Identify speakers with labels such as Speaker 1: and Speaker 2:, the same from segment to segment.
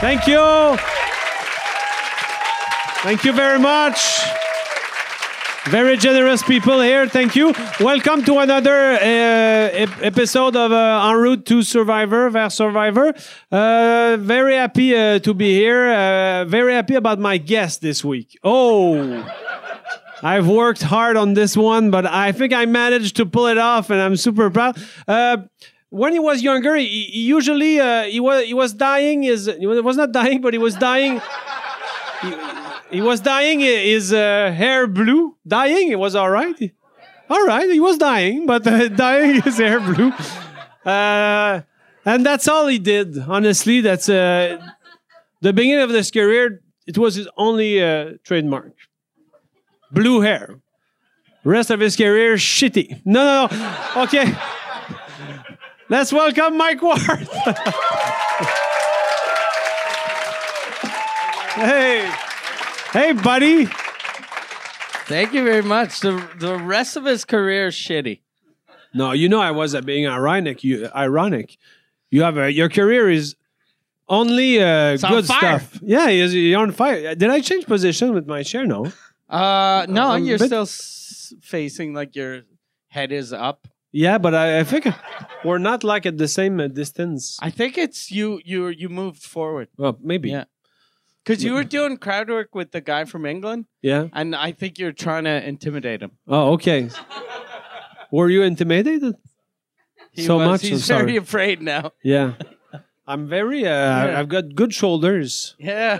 Speaker 1: Thank you. Thank you very much. Very generous people here. Thank you. Welcome to another uh, ep- episode of uh, En Route to Survivor, vers Survivor. Uh, very happy uh, to be here. Uh, very happy about my guest this week. Oh. I've worked hard on this one, but I think I managed to pull it off, and I'm super proud. Uh, when he was younger, he, he usually uh, he was he was dying. His he was not dying, but he was dying. He, he was dying his uh, hair blue. Dying, it was all right. All right, he was dying, but uh, dying his hair blue. Uh, and that's all he did. Honestly, that's uh, the beginning of his career. It was his only uh, trademark blue hair. Rest of his career, shitty. No, no, no. Okay. Let's welcome Mike Ward. hey. Hey, buddy.
Speaker 2: Thank you very much. The the rest of his career is shitty.
Speaker 1: No, you know I was uh, being ironic. You ironic. You have a, your career is only uh,
Speaker 2: on
Speaker 1: good
Speaker 2: fire.
Speaker 1: stuff. Yeah, you're, you're on fire. Did I change position with my chair? No.
Speaker 2: Uh, no,
Speaker 1: Um,
Speaker 2: you're
Speaker 1: but-
Speaker 2: still s- facing like your head is up.
Speaker 1: Yeah, but I, I think we're not like at the same uh, distance.
Speaker 2: I think it's you. You you moved forward
Speaker 1: Well, maybe.
Speaker 2: Yeah. because you were doing crowd work with the guy from England,
Speaker 1: yeah.
Speaker 2: and I think you're trying to intimidate him.
Speaker 1: Oh, okay. Were you intimidated?
Speaker 2: He
Speaker 1: So
Speaker 2: was-
Speaker 1: much,
Speaker 2: He's
Speaker 1: I'm sorry.
Speaker 2: very afraid now.
Speaker 1: Yeah. I'm very. Uh,
Speaker 2: Yeah.
Speaker 1: I've got good shoulders,
Speaker 2: Yeah.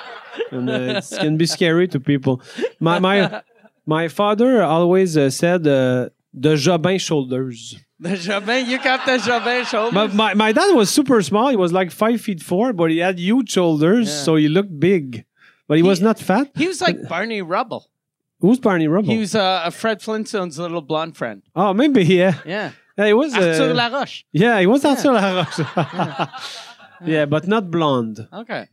Speaker 1: and uh, it can be scary to people. My my my father always uh, said uh, the Jobin shoulders.
Speaker 2: the Jobin, you got the Jobin shoulders.
Speaker 1: But my, my dad was super small. He was like five feet four, but he had huge shoulders,
Speaker 2: Yeah.
Speaker 1: so he looked big. But he, was
Speaker 2: He-
Speaker 1: not fat.
Speaker 2: he was like Barney Rubble.
Speaker 1: Who's Barney Rubble?
Speaker 2: He was uh, a Fred Flintstone's little blonde friend.
Speaker 1: oh, maybe yeah.
Speaker 2: Yeah.
Speaker 1: Yeah, he was.
Speaker 2: Arthur
Speaker 1: uh,
Speaker 2: Laroche.
Speaker 1: yeah, he was Arthur Laroche. yeah. but not blonde.
Speaker 2: Okay.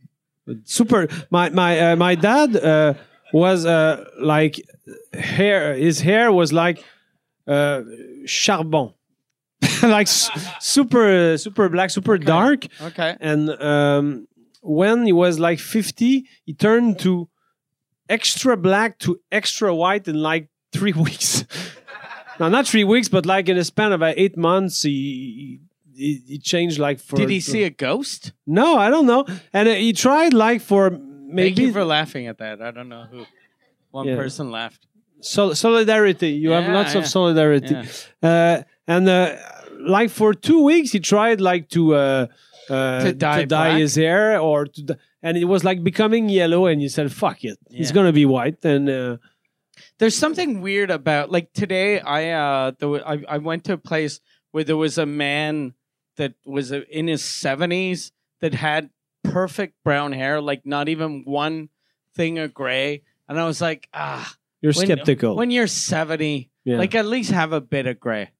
Speaker 1: super my my uh, my dad uh, was uh, like hair his hair was like uh, charbon like s- super uh, super black super dark
Speaker 2: Okay.
Speaker 1: and um, when he was like 50 he turned to extra black to extra white in like 3 weeks now not 3 weeks but like in a span of uh, 8 months he he, he changed like for
Speaker 2: Did he see a ghost?
Speaker 1: no, I don't know. And uh, he tried like for
Speaker 2: Thank
Speaker 1: maybe
Speaker 2: you for laughing at that. I don't know who. One
Speaker 1: Yeah.
Speaker 2: person laughed.
Speaker 1: sol- solidarity. You have
Speaker 2: Yeah,
Speaker 1: lots of
Speaker 2: yeah.
Speaker 1: solidarity.
Speaker 2: Yeah.
Speaker 1: Uh, and uh, like for two weeks, he tried like to uh, uh,
Speaker 2: To dye black?
Speaker 1: his hair or to d- and it was like becoming yellow. And he said, "Fuck it, it's
Speaker 2: Yeah.
Speaker 1: gonna be white." And uh,
Speaker 2: There's something weird about like today. I uh, there wa- I, I went to a place where there was a man that was uh, in his 70s that had perfect brown hair, like not even one thing of gray. And I was like, ah,
Speaker 1: you're
Speaker 2: when-
Speaker 1: skeptical.
Speaker 2: When you're 70,
Speaker 1: Oh. Yeah.
Speaker 2: like at least have a bit of gray.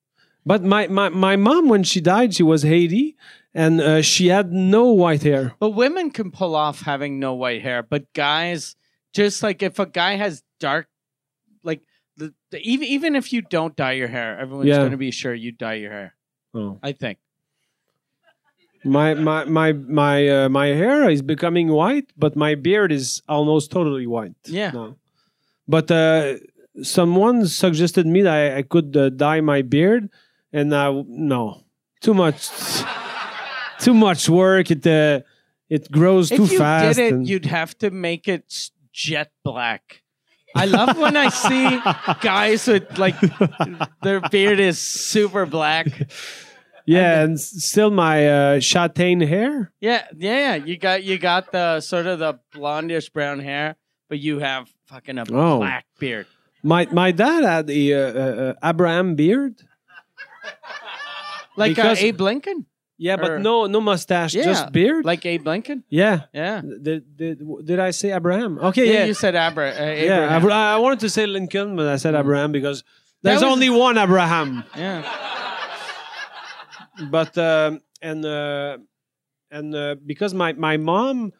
Speaker 1: but my, my my mom, when she died, she was eighty, and uh, she had no white hair.
Speaker 2: But women can pull off having no white hair. But guys, just like if a guy has dark, like the, the even even if you don't dye your hair, everyone's
Speaker 1: Yeah.
Speaker 2: going to be sure you dye your hair.
Speaker 1: Oh.
Speaker 2: I think.
Speaker 1: My my my my uh, my hair is becoming white, but my beard is almost totally white.
Speaker 2: Yeah.
Speaker 1: now. But uh, someone suggested me that I, I could uh, dye my beard, and I w- no, too much, too much work. It uh, it grows too
Speaker 2: if you
Speaker 1: fast.
Speaker 2: did it,
Speaker 1: and-
Speaker 2: you'd have to make it s- jet black. I love when I see guys with like their beard is super black.
Speaker 1: yeah, and s- still my uh, châtain hair.
Speaker 2: Yeah, yeah, yeah. You got you got the sort of the blondish brown hair, but you have fucking a
Speaker 1: Oh.
Speaker 2: black beard.
Speaker 1: My my dad had the uh, uh, uh, Abraham beard.
Speaker 2: Like uh,
Speaker 1: Because-
Speaker 2: Abe Lincoln.
Speaker 1: Yeah, but
Speaker 2: Or-
Speaker 1: no no mustache,
Speaker 2: Yeah,
Speaker 1: just beard.
Speaker 2: Like Abe Lincoln.
Speaker 1: yeah.
Speaker 2: Yeah.
Speaker 1: Did, did, did I say Abraham? Okay,
Speaker 2: Yeah,
Speaker 1: yeah.
Speaker 2: you said Abra- uh,
Speaker 1: yeah,
Speaker 2: Abraham. Mm.
Speaker 1: Abra- I wanted to say Lincoln, but I said Abraham because there's
Speaker 2: was-
Speaker 1: only one Abraham.
Speaker 2: Yeah.
Speaker 1: But um, and uh, and uh, because my my mom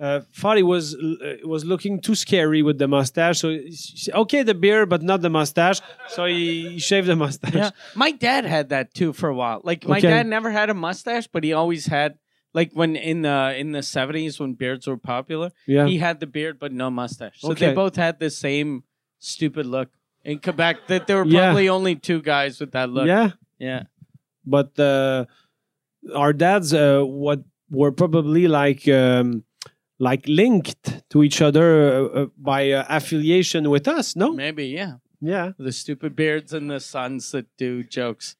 Speaker 1: uh, thought he was uh, was looking too scary with the mustache, so she, she- okay the beard, but not the mustache. So he, he shaved the mustache.
Speaker 2: Yeah. My dad had that too for a while. Like my
Speaker 1: Okay.
Speaker 2: dad never had a mustache, but he always had like when in the in the seventies when beards were popular,
Speaker 1: Yeah.
Speaker 2: he had the beard but no mustache. So
Speaker 1: Okay.
Speaker 2: they both had the same stupid look in Quebec. That there were
Speaker 1: Yeah.
Speaker 2: probably only two guys with that look.
Speaker 1: Yeah.
Speaker 2: yeah.
Speaker 1: But uh, our dads uh, what were probably like um, like linked to each other uh, uh, by uh, affiliation with us, no?
Speaker 2: Maybe, yeah.
Speaker 1: Yeah.
Speaker 2: The stupid beards and the sons that do jokes.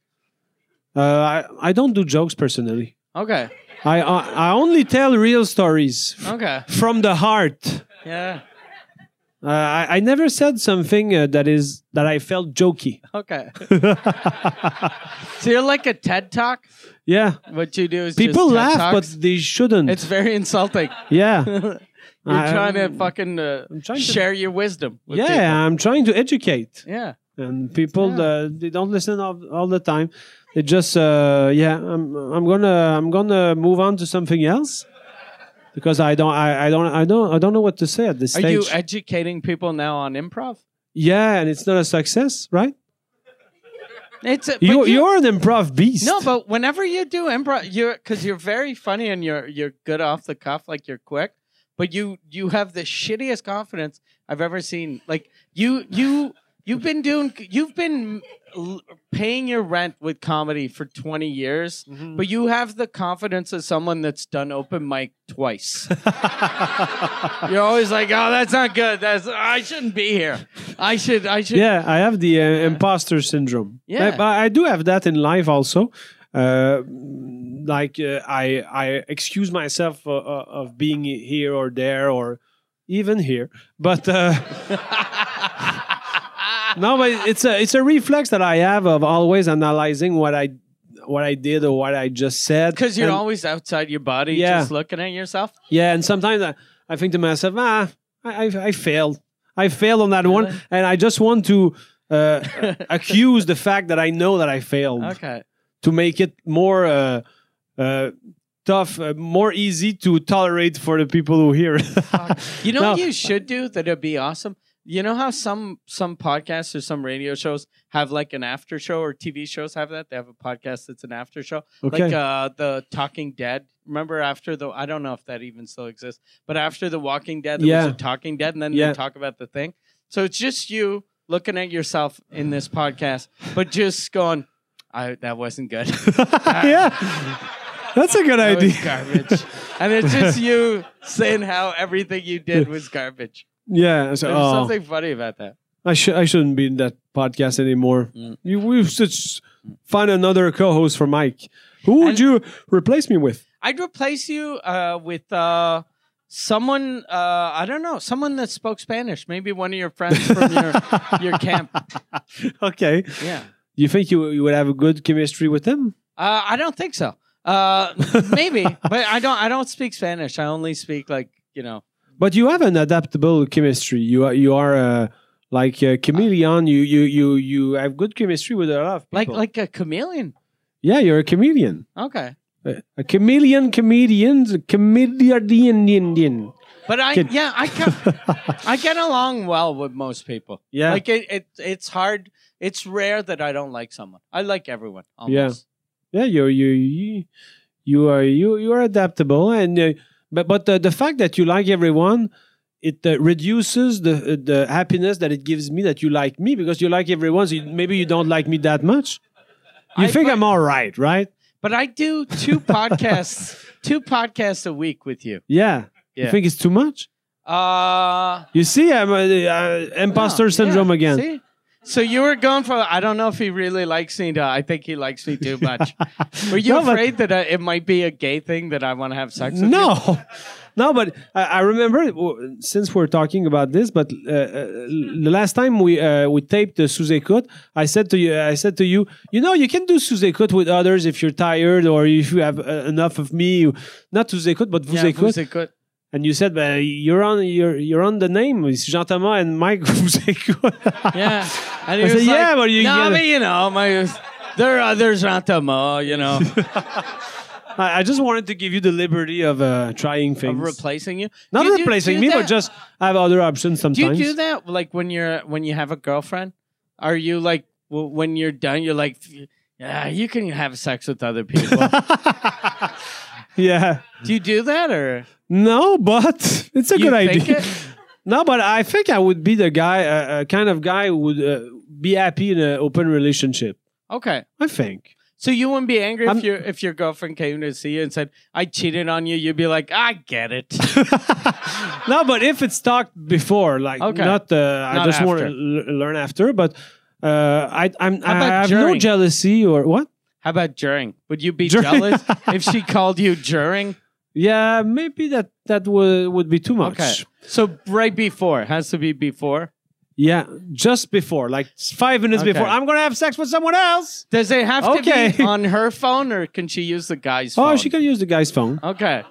Speaker 1: Uh, I, I don't do jokes personally.
Speaker 2: Okay.
Speaker 1: I, I I only tell real stories f-
Speaker 2: Okay.
Speaker 1: from the heart.
Speaker 2: Yeah.
Speaker 1: Uh, I, I never said something uh, that is that I felt jokey.
Speaker 2: Okay. so you're like a TED talk.
Speaker 1: Yeah,
Speaker 2: What you do is just
Speaker 1: people
Speaker 2: TED
Speaker 1: laugh,
Speaker 2: Talks.
Speaker 1: but they shouldn't.
Speaker 2: it's very insulting.
Speaker 1: yeah,
Speaker 2: you're
Speaker 1: I-
Speaker 2: trying to fucking uh,
Speaker 1: trying to-
Speaker 2: share your wisdom. With
Speaker 1: yeah. I'm trying to educate,
Speaker 2: people. Yeah.
Speaker 1: and people
Speaker 2: Yeah.
Speaker 1: uh, they don't listen all, all the time. They just uh, yeah. I'm I'm gonna I'm gonna move on to something else because I don't I, I don't I don't I don't know what to say at this
Speaker 2: Are
Speaker 1: stage.
Speaker 2: you educating people now on improv?
Speaker 1: yeah, and it's not a success, right?
Speaker 2: It's a,
Speaker 1: You,
Speaker 2: but
Speaker 1: you are an improv beast.
Speaker 2: No, but whenever you do improv, you're because you're very funny and you're you're good off the cuff, like you're quick. But you you have the shittiest confidence I've ever seen. Like you you you've been doing you've been l- paying your rent with comedy for twenty years, but you have the confidence of someone that's done open mic twice. you're always like, oh, that's not good. That's I shouldn't be here. I should I should.
Speaker 1: yeah, I have the uh, imposter syndrome.
Speaker 2: Yeah.
Speaker 1: but, but I do have that in life also. Uh, like uh, I, I excuse myself uh, uh, of being here or there or even here, but uh, no, but it's a it's a reflex that I have of always analyzing what I what I did or what I just said
Speaker 2: Because you're
Speaker 1: And-
Speaker 2: always outside your body,
Speaker 1: Yeah.
Speaker 2: just looking at yourself.
Speaker 1: Yeah, and sometimes I, I think to myself, ah, I, I, I failed. I failed on that one,
Speaker 2: Really?
Speaker 1: and I just want to uh, accuse the fact that I know that I failed
Speaker 2: Okay.
Speaker 1: to make it more uh, uh, tough, uh, more easy to tolerate for the people who hear. it.
Speaker 2: You know what
Speaker 1: No.
Speaker 2: you should do that'd be awesome? You know how some some podcasts or some radio shows have like an after show or TV shows have that? They have a podcast that's an after show.
Speaker 1: okay,
Speaker 2: Like uh the Talking Dead. Remember after the I don't know if that even still exists, but after the Walking Dead there
Speaker 1: Yeah.
Speaker 2: was a Talking Dead and then
Speaker 1: Yeah.
Speaker 2: they talk about the thing. So it's just you looking at yourself in this podcast, but just going, I that wasn't good.
Speaker 1: yeah, that's a good
Speaker 2: That was
Speaker 1: idea.
Speaker 2: garbage. and it's just you saying how everything you did was garbage.
Speaker 1: Yeah, so,
Speaker 2: There's
Speaker 1: oh,
Speaker 2: something funny about that.
Speaker 1: I should I shouldn't be in that podcast anymore.
Speaker 2: Mm.
Speaker 1: You we should s- find another co-host for Mike. Who would
Speaker 2: And-
Speaker 1: you replace me with?
Speaker 2: I'd replace you uh, with uh, someone, uh, I don't know, someone that spoke Spanish. Maybe one of your friends from your, your camp.
Speaker 1: Okay.
Speaker 2: Yeah.
Speaker 1: You think you, you would have a good chemistry with them?
Speaker 2: Uh, I don't think so. Uh, maybe, but I don't. I don't speak Spanish. I only speak like you know.
Speaker 1: But you have an adaptable chemistry. You are you are uh, like a chameleon. You you you you have good chemistry with a lot of
Speaker 2: Like
Speaker 1: people.
Speaker 2: like a chameleon.
Speaker 1: yeah, you're a chameleon.
Speaker 2: Okay,
Speaker 1: A a chameleon, comedian, comedian.
Speaker 2: but I
Speaker 1: Kid.
Speaker 2: yeah I can I get along well with most people.
Speaker 1: Yeah,
Speaker 2: Like it, it, it's hard. It's rare that I don't like someone. I like everyone. Almost.
Speaker 1: yeah. You you you you are you you are adaptable, and uh, but but the, the fact that you like everyone. It uh, reduces the uh, the happiness that it gives me that you like me because you like everyone. So you, maybe you don't like me that much. You
Speaker 2: I-
Speaker 1: think
Speaker 2: but-
Speaker 1: I'm all right, right?
Speaker 2: But I do two podcasts, two podcasts a week with you.
Speaker 1: Yeah. You
Speaker 2: Yeah.
Speaker 1: think it's too much?
Speaker 2: Uh,
Speaker 1: You see, I'm uh, uh, imposter
Speaker 2: yeah,
Speaker 1: syndrome again.
Speaker 2: see? So you were going for I don't know if he really likes me. To, I think he likes me too much. Were you
Speaker 1: No, but-
Speaker 2: afraid that I, it might be a gay thing that I want to have sex? With you?
Speaker 1: No, no, but I, I remember w- since we're talking about this, but uh, uh, the last time we uh, we taped the sous écoute, I said to you, I said to you, you know, you can do sous écoute with others if you're tired or if you have uh, enough of me. You- Not sous écoute, but vous
Speaker 2: Yeah,
Speaker 1: écoute.
Speaker 2: vous écoute.
Speaker 1: And you said, but you're on, you're you're on the name. It's Jean Thomas and Mike vous écoute.
Speaker 2: Yeah. And
Speaker 1: I
Speaker 2: he was
Speaker 1: said,
Speaker 2: like,
Speaker 1: "Yeah, but you
Speaker 2: no,
Speaker 1: get
Speaker 2: I
Speaker 1: it."
Speaker 2: mean, you know, my there are others not the mo, you know,
Speaker 1: I, I just wanted to give you the liberty of uh, trying
Speaker 2: of
Speaker 1: things.
Speaker 2: replacing you.
Speaker 1: Not
Speaker 2: Do you do-
Speaker 1: replacing
Speaker 2: do
Speaker 1: me, but
Speaker 2: that?
Speaker 1: just I have other options
Speaker 2: Do you
Speaker 1: sometimes.
Speaker 2: do that like when you're when you have a girlfriend? Are you like w- when you're done? You're like, yeah, you can have sex with other people.
Speaker 1: Yeah.
Speaker 2: Do you do that or
Speaker 1: No, but it's a
Speaker 2: you
Speaker 1: good
Speaker 2: think
Speaker 1: idea.
Speaker 2: it?
Speaker 1: No, but I think I would be the guy, uh, uh, kind of guy who would uh, be happy in an open relationship.
Speaker 2: Okay.
Speaker 1: I think.
Speaker 2: So you wouldn't be angry
Speaker 1: I'm-
Speaker 2: if your if your girlfriend came to see you and said, I cheated on you, you'd be like, I get it.
Speaker 1: no, but if it's talked before, like
Speaker 2: Okay.
Speaker 1: not, uh, I
Speaker 2: Not
Speaker 1: just want to
Speaker 2: after.
Speaker 1: learn after, but uh, I, I'm, I
Speaker 2: How about
Speaker 1: have no
Speaker 2: during?
Speaker 1: jealousy or what?
Speaker 2: How about during? Would you be
Speaker 1: During?
Speaker 2: jealous if she called you during?
Speaker 1: Yeah, maybe that that would would be too much.
Speaker 2: Okay. So right before. Has to be before.
Speaker 1: Yeah, just before, like five minutes
Speaker 2: Okay.
Speaker 1: before, I'm gonna have sex with someone else.
Speaker 2: Does it have to
Speaker 1: Okay.
Speaker 2: be on her phone or can she use the guy's phone?
Speaker 1: Oh, she can use the guy's phone.
Speaker 2: Okay.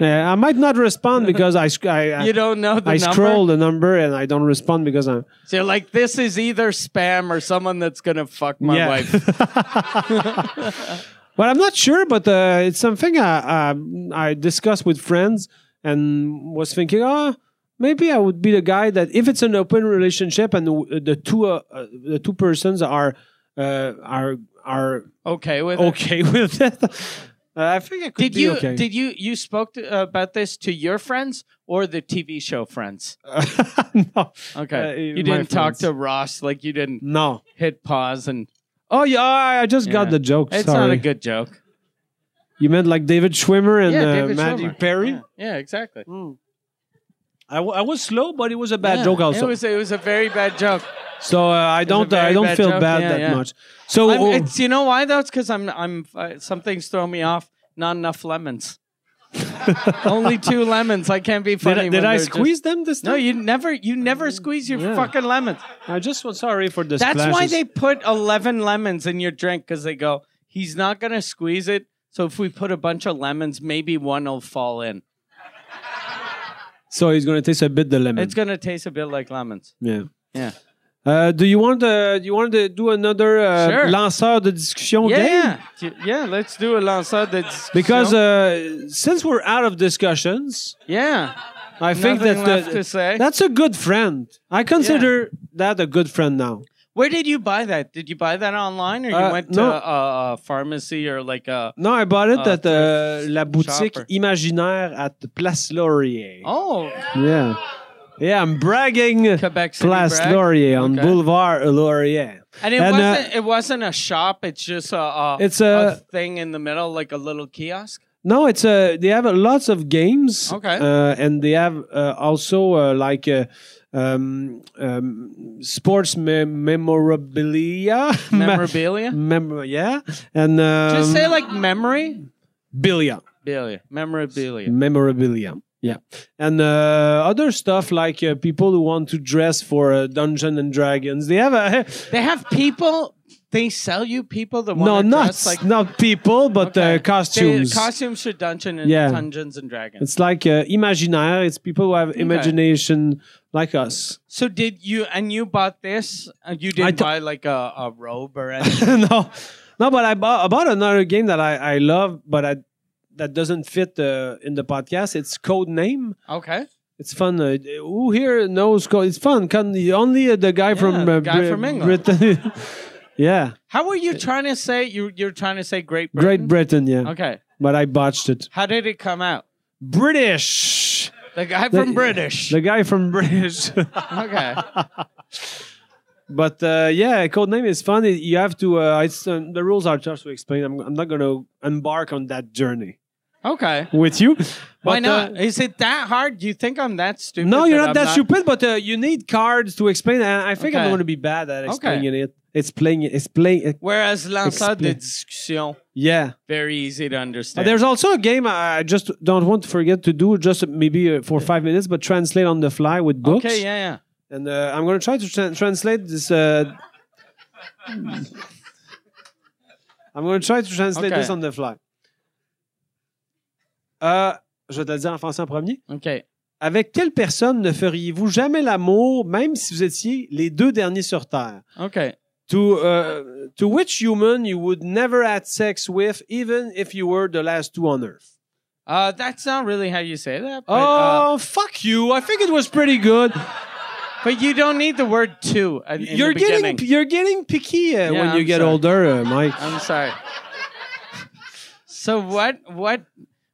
Speaker 1: Yeah, I might not respond because I sc- I, I,
Speaker 2: You don't know the
Speaker 1: I
Speaker 2: number.
Speaker 1: scroll the number and I don't respond because I'm
Speaker 2: So you're like, this is either spam or someone that's gonna fuck my
Speaker 1: yeah.
Speaker 2: wife.
Speaker 1: well, I'm not sure, but uh, it's something I, I I discussed with friends and was thinking, oh, maybe I would be the guy that if it's an open relationship and the, the two uh, uh, the two persons are uh, are are
Speaker 2: Okay with it?
Speaker 1: okay with it. Uh, I think I could
Speaker 2: Did
Speaker 1: be
Speaker 2: you
Speaker 1: okay.
Speaker 2: did you you spoke to, about this to your friends or the TV show friends?
Speaker 1: no,
Speaker 2: Okay,
Speaker 1: Uh, my
Speaker 2: you didn't
Speaker 1: friends.
Speaker 2: talk to Ross like you didn't
Speaker 1: no.
Speaker 2: hit pause and
Speaker 1: Oh yeah, I I just got
Speaker 2: Yeah.
Speaker 1: the joke.
Speaker 2: it's
Speaker 1: Sorry,
Speaker 2: not a good joke.
Speaker 1: you meant like David Schwimmer and
Speaker 2: yeah,
Speaker 1: uh,
Speaker 2: David
Speaker 1: Matthew
Speaker 2: Schwimmer.
Speaker 1: Perry.
Speaker 2: Yeah, yeah, exactly.
Speaker 1: I, w- I was slow, but it was a bad
Speaker 2: Yeah,
Speaker 1: joke also.
Speaker 2: It was it was a very bad joke.
Speaker 1: so uh, I don't uh, I
Speaker 2: very
Speaker 1: don't
Speaker 2: bad
Speaker 1: feel
Speaker 2: joke.
Speaker 1: bad
Speaker 2: Yeah,
Speaker 1: that
Speaker 2: yeah.
Speaker 1: much. So
Speaker 2: I'm,
Speaker 1: oh,
Speaker 2: it's you know why though? It's because I'm I'm uh, something's throwing me off. Not enough lemons. Only two lemons. I can't be
Speaker 1: did,
Speaker 2: funny.
Speaker 1: I,
Speaker 2: when
Speaker 1: did I
Speaker 2: they're just-
Speaker 1: squeeze them this time?
Speaker 2: No, you never you never squeeze your
Speaker 1: Yeah.
Speaker 2: fucking lemons.
Speaker 1: I just was sorry for the.
Speaker 2: That's why
Speaker 1: splashes.
Speaker 2: they put 11 lemons in your drink because they go, he's not going to squeeze it. So if we put a bunch of lemons, maybe one will fall in.
Speaker 1: So it's gonna taste a bit the lemon.
Speaker 2: It's going to taste a bit like lemons.
Speaker 1: yeah.
Speaker 2: Yeah.
Speaker 1: Uh, do you want to you want to do another uh,
Speaker 2: Sure.
Speaker 1: lanceur de discussion
Speaker 2: Yeah,
Speaker 1: game?
Speaker 2: yeah. J- Yeah, let's do a lancer that's.
Speaker 1: Because
Speaker 2: you know,
Speaker 1: uh, since we're out of discussions,
Speaker 2: yeah.
Speaker 1: I think
Speaker 2: Nothing
Speaker 1: that's
Speaker 2: left to say.
Speaker 1: that's a good friend. I consider that a good friend now.
Speaker 2: Where did you buy that? Did you buy that online or you
Speaker 1: Uh,
Speaker 2: went
Speaker 1: no.
Speaker 2: to a, a pharmacy or like a.
Speaker 1: No, I bought it
Speaker 2: Uh,
Speaker 1: at uh, la boutique
Speaker 2: shopper.
Speaker 1: imaginaire at the Place Laurier.
Speaker 2: Oh,
Speaker 1: Yeah, yeah, I'm bragging.
Speaker 2: Quebec City.
Speaker 1: Place
Speaker 2: brag.
Speaker 1: Laurier on
Speaker 2: Okay.
Speaker 1: Boulevard Laurier.
Speaker 2: And it
Speaker 1: And, uh,
Speaker 2: wasn't. it wasn't a shop. It's just a. a
Speaker 1: It's uh,
Speaker 2: a
Speaker 1: a
Speaker 2: thing in the middle, like a little kiosk.
Speaker 1: no. It's a they have a, lots of games.
Speaker 2: Okay.
Speaker 1: uh, and they have uh, also uh, like. Uh, um, um, sports me- memorabilia,
Speaker 2: Memorabilia.
Speaker 1: Mem- yeah, and um,
Speaker 2: Just say like memory.
Speaker 1: bilia.
Speaker 2: Billion. Memorabilia.
Speaker 1: memorabilia. Yeah, and uh, other stuff like uh, people who want to dress for uh, Dungeon and Dragons. They have a
Speaker 2: They have people. They sell you people that
Speaker 1: no,
Speaker 2: want to
Speaker 1: not
Speaker 2: dress like
Speaker 1: not people, but
Speaker 2: Okay.
Speaker 1: uh, costumes.
Speaker 2: They, costumes for Dungeon and
Speaker 1: Yeah.
Speaker 2: Dungeons and Dragons.
Speaker 1: it's like uh, imaginaire. It's people who have imagination like us.
Speaker 2: So did you and you bought this? And you didn't
Speaker 1: I thought-
Speaker 2: buy like a, a robe or anything.
Speaker 1: no, no, but I bought, I bought another game that I, I love, but I that doesn't fit uh, in the podcast. It's Code Name.
Speaker 2: okay.
Speaker 1: It's fun. Uh, who here knows Code? It's fun. Can, only uh, the guy from
Speaker 2: the
Speaker 1: uh,
Speaker 2: guy
Speaker 1: Bri-
Speaker 2: from England.
Speaker 1: Britain. yeah.
Speaker 2: How were you trying to say you you're trying to say Great Britain?
Speaker 1: Great Britain, yeah.
Speaker 2: Okay.
Speaker 1: But I botched it.
Speaker 2: How did it come out?
Speaker 1: British.
Speaker 2: The guy from British.
Speaker 1: The guy from British.
Speaker 2: okay.
Speaker 1: but uh, yeah, code name is fun. It- You have to. Uh, it's, uh, the rules are tough to explain. I'm, I'm not going to embark on that journey
Speaker 2: Okay.
Speaker 1: with you. But,
Speaker 2: Why
Speaker 1: uh,
Speaker 2: not? Is it that hard? Do you think I'm that stupid?
Speaker 1: no, you're
Speaker 2: that
Speaker 1: not
Speaker 2: I'm
Speaker 1: that stupid. But uh, you need cards to explain. And I think I'm
Speaker 2: Okay.
Speaker 1: going to be bad at explaining
Speaker 2: Okay.
Speaker 1: it. It's playing. It's playing.
Speaker 2: Whereas Lancer
Speaker 1: Explain.
Speaker 2: de discussion,
Speaker 1: yeah.
Speaker 2: very easy to
Speaker 1: Uh,
Speaker 2: understand.
Speaker 1: There's also a game I I just don't want to forget to do. Just maybe uh, for five minutes, but translate on the fly with books.
Speaker 2: Okay, yeah, yeah.
Speaker 1: and uh, I'm going to try to tran translate this. Uh, I'm going to try to translate
Speaker 2: Okay.
Speaker 1: this on the fly. Euh, je vais te le dire en français en premier.
Speaker 2: Okay.
Speaker 1: Avec quelle personne ne feriez-vous jamais l'amour, même si vous étiez les deux derniers sur Terre?
Speaker 2: Okay.
Speaker 1: To, uh, to which human you would never had sex with, even if you were the last two on Earth?
Speaker 2: Uh, that's not really how you say that. But, uh,
Speaker 1: oh, fuck you. I think it was pretty good.
Speaker 2: but you don't need the word to. uh, in- in the
Speaker 1: You're getting,
Speaker 2: beginning.
Speaker 1: you're getting picky uh, when
Speaker 2: I'm
Speaker 1: you get
Speaker 2: sorry.
Speaker 1: older, uh, Mike.
Speaker 2: I'm sorry. So what? What?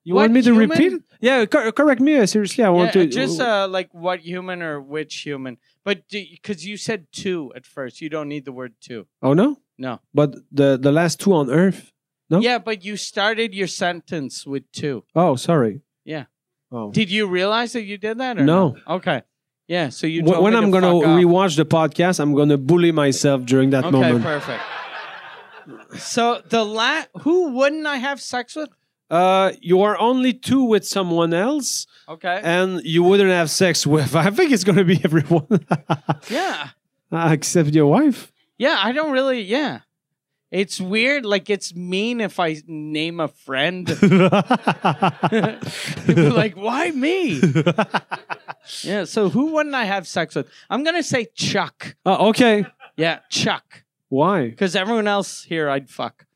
Speaker 1: You want
Speaker 2: What
Speaker 1: me to
Speaker 2: human?
Speaker 1: repeat? Yeah, cor- correct me. uh, Seriously, I want
Speaker 2: Yeah,
Speaker 1: to.
Speaker 2: just uh, like what human or which human? But because you said two at first, you don't need the word two.
Speaker 1: oh no,
Speaker 2: uh, No.
Speaker 1: But the the last two on Earth. No?
Speaker 2: Yeah, but you started your sentence with two.
Speaker 1: Oh, sorry.
Speaker 2: Yeah.
Speaker 1: Oh.
Speaker 2: Did you realize that you did that? Or
Speaker 1: No.
Speaker 2: not? Okay. Yeah. So you.
Speaker 1: Wh-
Speaker 2: told
Speaker 1: when
Speaker 2: me
Speaker 1: I'm
Speaker 2: to
Speaker 1: gonna
Speaker 2: fuck off.
Speaker 1: rewatch the podcast, I'm gonna bully myself during that
Speaker 2: Okay.
Speaker 1: moment.
Speaker 2: Perfect. So the la who wouldn't I have sex with?
Speaker 1: Uh, you are only two with someone else,
Speaker 2: Okay.
Speaker 1: and you wouldn't have sex with. I think it's gonna be everyone
Speaker 2: yeah.
Speaker 1: Ah, except your wife.
Speaker 2: Yeah, I don't really. Yeah, it's weird. Like it's mean if I name a friend.
Speaker 1: Uh,
Speaker 2: People are like, why me? yeah. So who wouldn't I have sex with? I'm gonna say Chuck.
Speaker 1: Oh, okay.
Speaker 2: Yeah, Chuck.
Speaker 1: Why?
Speaker 2: Because everyone else here, I'd fuck.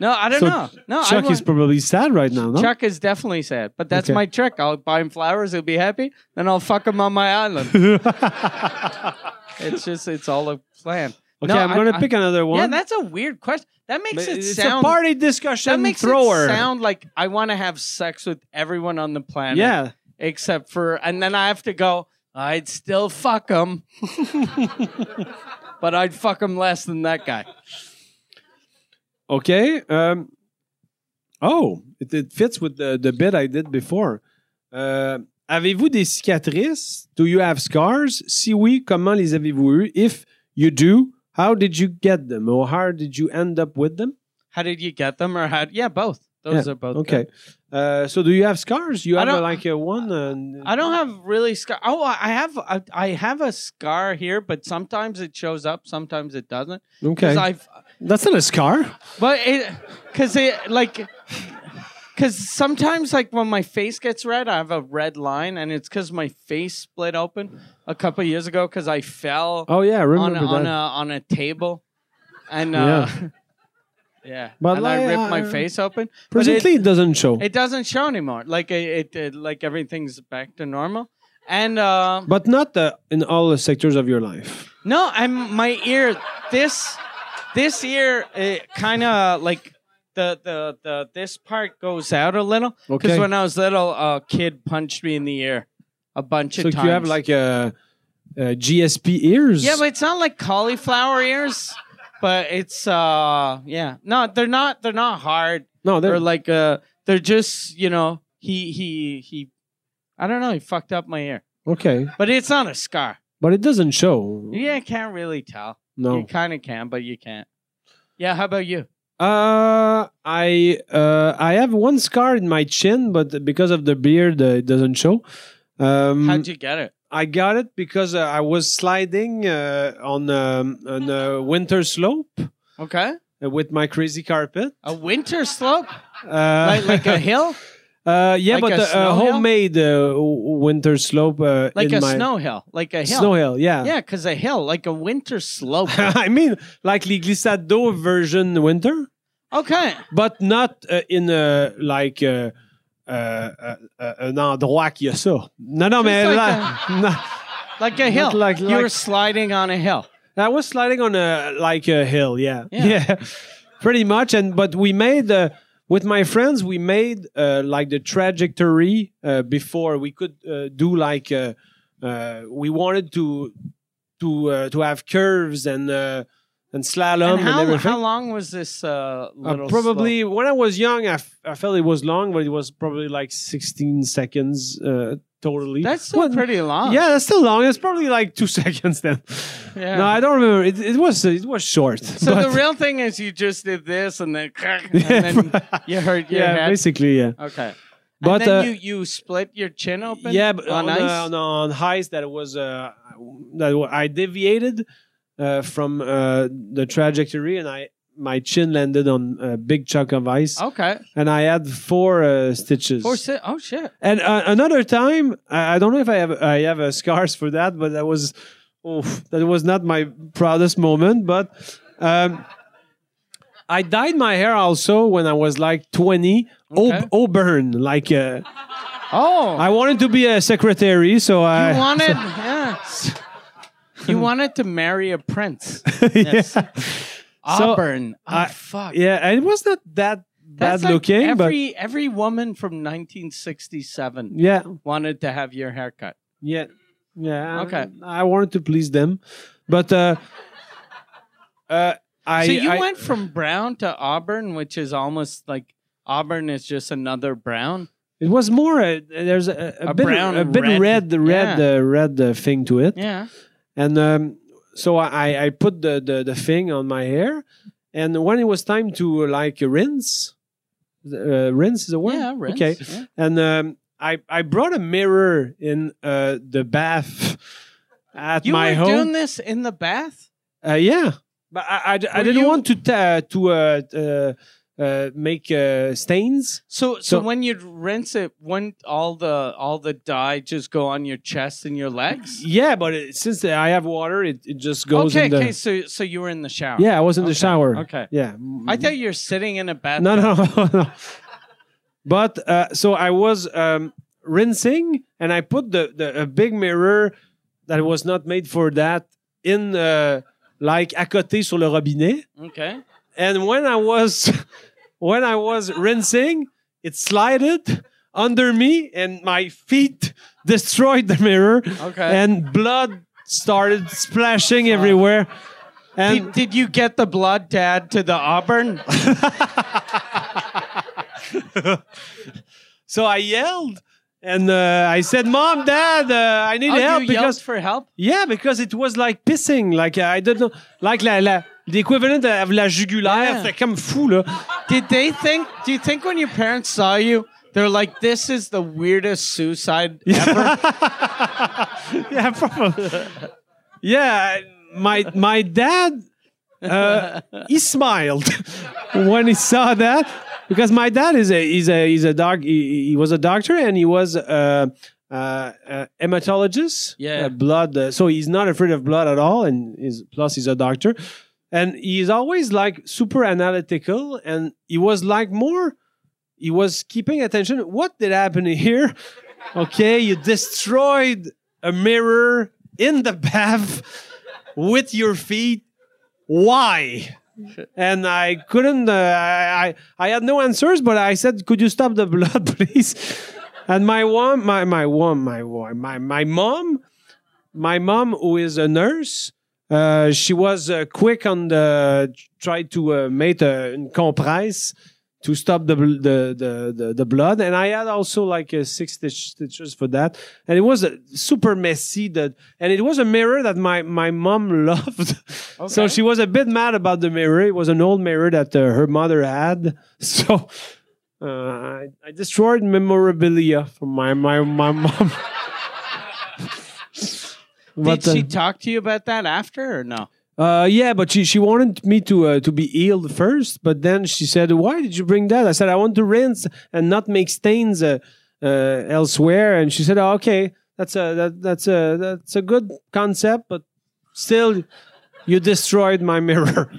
Speaker 2: No, I don't
Speaker 1: So
Speaker 2: know. No, I
Speaker 1: Chuck
Speaker 2: want-
Speaker 1: is probably sad right now. No?
Speaker 2: Chuck is definitely sad, but that's
Speaker 1: Okay.
Speaker 2: my trick. I'll buy him flowers; he'll be happy. Then I'll fuck him on my island. it's just, it's all a plan.
Speaker 1: Okay, I'm gonna pick another one.
Speaker 2: Yeah, that's a weird question. That makes it
Speaker 1: it's
Speaker 2: sound
Speaker 1: a party discussion
Speaker 2: that makes
Speaker 1: thrower.
Speaker 2: it sound like I want to have sex with everyone on the planet.
Speaker 1: yeah.
Speaker 2: Except for, and then I have to go, I'd still fuck him, but I'd fuck him less than that guy.
Speaker 1: Okay. Um, oh, it, it fits with the, the bit I did before. Euh, avez-vous des cicatrices? Do you have scars? Si oui, comment les avez-vous eues? If you do, how did you get them? Or how did you end up with them?
Speaker 2: How did you get them? Or how, yeah, both. Those are both.
Speaker 1: Okay.
Speaker 2: good.
Speaker 1: Uh, so do you have scars? You
Speaker 2: I
Speaker 1: have uh,
Speaker 2: don't-
Speaker 1: like a one? And,
Speaker 2: I don't have really scar. Oh, I I have, I, I have a scar here, but sometimes it shows up, sometimes it doesn't.
Speaker 1: Okay.
Speaker 2: Because I've,
Speaker 1: That's not a scar.
Speaker 2: But it, cause it like, cause sometimes like when my face gets red, I have a red line, and it's cause my face split open a couple of years ago because I fell
Speaker 1: Oh, yeah. I
Speaker 2: on
Speaker 1: remember
Speaker 2: a, on
Speaker 1: that.
Speaker 2: a on a table, and uh, yeah,
Speaker 1: But
Speaker 2: and
Speaker 1: like,
Speaker 2: I ripped my
Speaker 1: uh,
Speaker 2: face open. But it,
Speaker 1: Presently, it, doesn't show.
Speaker 2: it doesn't show anymore. Like it, it, it like everything's back to normal. And uh,
Speaker 1: but not uh, in all the sectors of your life.
Speaker 2: No, I'm my ear. This this ear it kind of like the, the the this part goes out a little because
Speaker 1: Okay.
Speaker 2: when I was little, a kid punched me in the ear a bunch
Speaker 1: so
Speaker 2: of times.
Speaker 1: you have like uh, a, a GSP ears.
Speaker 2: yeah, but it's not like cauliflower ears, but it's uh yeah no they're not they're not hard
Speaker 1: no, they're
Speaker 2: or like uh they're just you know he he he I don't know he fucked up my ear
Speaker 1: okay,
Speaker 2: but it's not a scar
Speaker 1: but it doesn't show.
Speaker 2: yeah I can't really tell you
Speaker 1: No.
Speaker 2: kind of can but you can't yeah how about you.
Speaker 1: Uh, I uh, I have one scar in my chin, but because of the beard, uh, it doesn't show. Um,
Speaker 2: How'd you get it?
Speaker 1: I got it because uh, I was sliding uh, on um, on a winter slope
Speaker 2: Okay.
Speaker 1: uh, with my crazy carpet.
Speaker 2: A winter slope?
Speaker 1: Uh,
Speaker 2: like, like a hill?
Speaker 1: uh, yeah,
Speaker 2: like
Speaker 1: but
Speaker 2: a
Speaker 1: the,
Speaker 2: snow
Speaker 1: uh,
Speaker 2: hill?
Speaker 1: homemade uh, w- winter slope. Uh,
Speaker 2: Like
Speaker 1: in
Speaker 2: a
Speaker 1: my
Speaker 2: snow hill. Like a hill.
Speaker 1: snow hill. Yeah.
Speaker 2: Yeah, because a hill, like a winter slope.
Speaker 1: I mean, like the glissade d'eau version winter,
Speaker 2: okay.
Speaker 1: but not uh, in a like uh, uh, uh, uh, an endroit qui a ça. Non, non, mais
Speaker 2: like
Speaker 1: là, non.
Speaker 2: Like a hill.
Speaker 1: like-
Speaker 2: you
Speaker 1: like-
Speaker 2: were sliding on a hill.
Speaker 1: I was sliding on a like a hill, yeah,
Speaker 2: Yeah.
Speaker 1: pretty much. And but we made uh, with my friends, we made uh, like the trajectory uh, before we could uh, do like uh, uh, we wanted to to uh, to have curves and uh, and slalom
Speaker 2: And
Speaker 1: and,
Speaker 2: how,
Speaker 1: everything.
Speaker 2: how long was this uh,
Speaker 1: Uh,
Speaker 2: little
Speaker 1: probably when I was young, I, f- I felt it was long, but it was probably like 16 seconds uh, totally.
Speaker 2: slope? That's still
Speaker 1: Well,
Speaker 2: pretty long.
Speaker 1: Yeah, that's still long. It's probably like two seconds then.
Speaker 2: Yeah.
Speaker 1: No, I don't remember. It, it was uh, it was short.
Speaker 2: So the
Speaker 1: but-
Speaker 2: real thing is you just did this and then, and then you hurt your
Speaker 1: yeah,
Speaker 2: head.
Speaker 1: basically, yeah.
Speaker 2: Okay.
Speaker 1: But,
Speaker 2: and then
Speaker 1: uh,
Speaker 2: you, you split your chin open?
Speaker 1: Yeah, but
Speaker 2: on
Speaker 1: on,
Speaker 2: ice?
Speaker 1: uh, on, on highs that was uh, that wa- I deviated uh, from uh, the trajectory, and I my chin landed on a big chunk of ice,
Speaker 2: okay.
Speaker 1: and I had four uh, stitches.
Speaker 2: Or si- oh, shit.
Speaker 1: And uh, another time, I, I don't know if I have I have uh, scars for that, but that was, oof, that was not my proudest moment. But um, I dyed my hair also when I was like twenty.
Speaker 2: Okay.
Speaker 1: Aub- Auburn, like uh,
Speaker 2: Oh.
Speaker 1: I wanted to be a secretary, so I
Speaker 2: You wanted, yeah. You wanted to marry a prince.
Speaker 1: yeah.
Speaker 2: Auburn. oh,
Speaker 1: I-
Speaker 2: fuck.
Speaker 1: yeah, and it was not that bad
Speaker 2: That's like
Speaker 1: looking, but
Speaker 2: Every every woman from 1967
Speaker 1: yeah,
Speaker 2: wanted to have your haircut.
Speaker 1: yeah, yeah. um,
Speaker 2: Okay.
Speaker 1: I, I wanted to please them, but uh, uh, I
Speaker 2: so you
Speaker 1: I-
Speaker 2: went from brown to auburn, which is almost like auburn is just another brown.
Speaker 1: It was more a, there's a, a,
Speaker 2: A
Speaker 1: bit
Speaker 2: brown
Speaker 1: a bit
Speaker 2: red.
Speaker 1: red the red uh, red uh, thing to it,
Speaker 2: Yeah.
Speaker 1: and um, so I I put the, the the thing on my hair, and when it was time to uh, like rinse, uh, rinse is a word.
Speaker 2: Yeah. Rinse.
Speaker 1: Okay.
Speaker 2: Yeah.
Speaker 1: and um, I I brought a mirror in uh, the bath at
Speaker 2: You
Speaker 1: my
Speaker 2: were
Speaker 1: home.
Speaker 2: doing this in the bath.
Speaker 1: uh, yeah, but I, I d- I
Speaker 2: Were
Speaker 1: didn't
Speaker 2: you-
Speaker 1: want to ta to uh, uh, uh, make uh, stains.
Speaker 2: So, so
Speaker 1: So-
Speaker 2: when you'd rinse it, wouldn't all the all the dye just go on your chest and your legs?
Speaker 1: Yeah, but it, since I have water, it, it just goes
Speaker 2: Okay,
Speaker 1: in the.
Speaker 2: okay. So, so you were in the shower.
Speaker 1: Yeah, I was in the
Speaker 2: Okay,
Speaker 1: shower.
Speaker 2: Okay.
Speaker 1: Yeah.
Speaker 2: I thought you were sitting in a bath.
Speaker 1: No, no, no. but uh, so I was um, rinsing, and I put the, the a big mirror that was not made for that in uh, like à côté sur le robinet.
Speaker 2: Okay.
Speaker 1: and when I was when I was rinsing, it slided under me, and my feet destroyed the mirror,
Speaker 2: Okay.
Speaker 1: and blood started splashing everywhere.
Speaker 2: did,
Speaker 1: And
Speaker 2: did you get the blood dad to the Auburn?
Speaker 1: so I yelled, and uh, I said, "Mom, Dad, uh, I need
Speaker 2: Oh,
Speaker 1: help
Speaker 2: you yelled
Speaker 1: because
Speaker 2: for help.
Speaker 1: yeah, because it was like pissing, like I don't know, like la la." The equivalent of la jugulaire,
Speaker 2: Yeah.
Speaker 1: c'est comme fou, là.
Speaker 2: Did they think? Do you think when your parents saw you, they're like, "This is the weirdest suicide ever"?
Speaker 1: yeah, probably. yeah, my my dad, uh, he smiled when he saw that because my dad is a he's a he's a doc he, he was a doctor and he was a, uh uh hematologist.
Speaker 2: Yeah.
Speaker 1: a blood. Uh, so he's not afraid of blood at all, and is plus he's a doctor, and he's always like super analytical, and he was like more. He was keeping attention. What did happen here? Okay, you destroyed a mirror in the bath with your feet. Why? And I couldn't. Uh, I, I I had no answers, but I said, "Could you stop the blood, please?" And my mom, my my mom, my mom, my my mom, my mom, who is a nurse, uh, she was uh, quick on the tried to uh, make a une compresse to stop the, bl- the the the the blood, and I had also like uh, six stitch- stitches for that, and it was uh, super messy. That and it was a mirror that my my mom loved, so
Speaker 2: Okay.
Speaker 1: she was a bit mad about the mirror. It was an old mirror that uh, her mother had, so. Uh, I, I destroyed memorabilia from my my my mom. But,
Speaker 2: Did she
Speaker 1: uh,
Speaker 2: talk to you about that after or no?
Speaker 1: uh, yeah, but she, she wanted me to uh, to be healed first, but then she said, "Why did you bring that?" I said, "I want to rinse and not make stains uh, uh, elsewhere." And she said, oh, "Okay, that's a that, that's a that's a good concept, but still, you destroyed my mirror."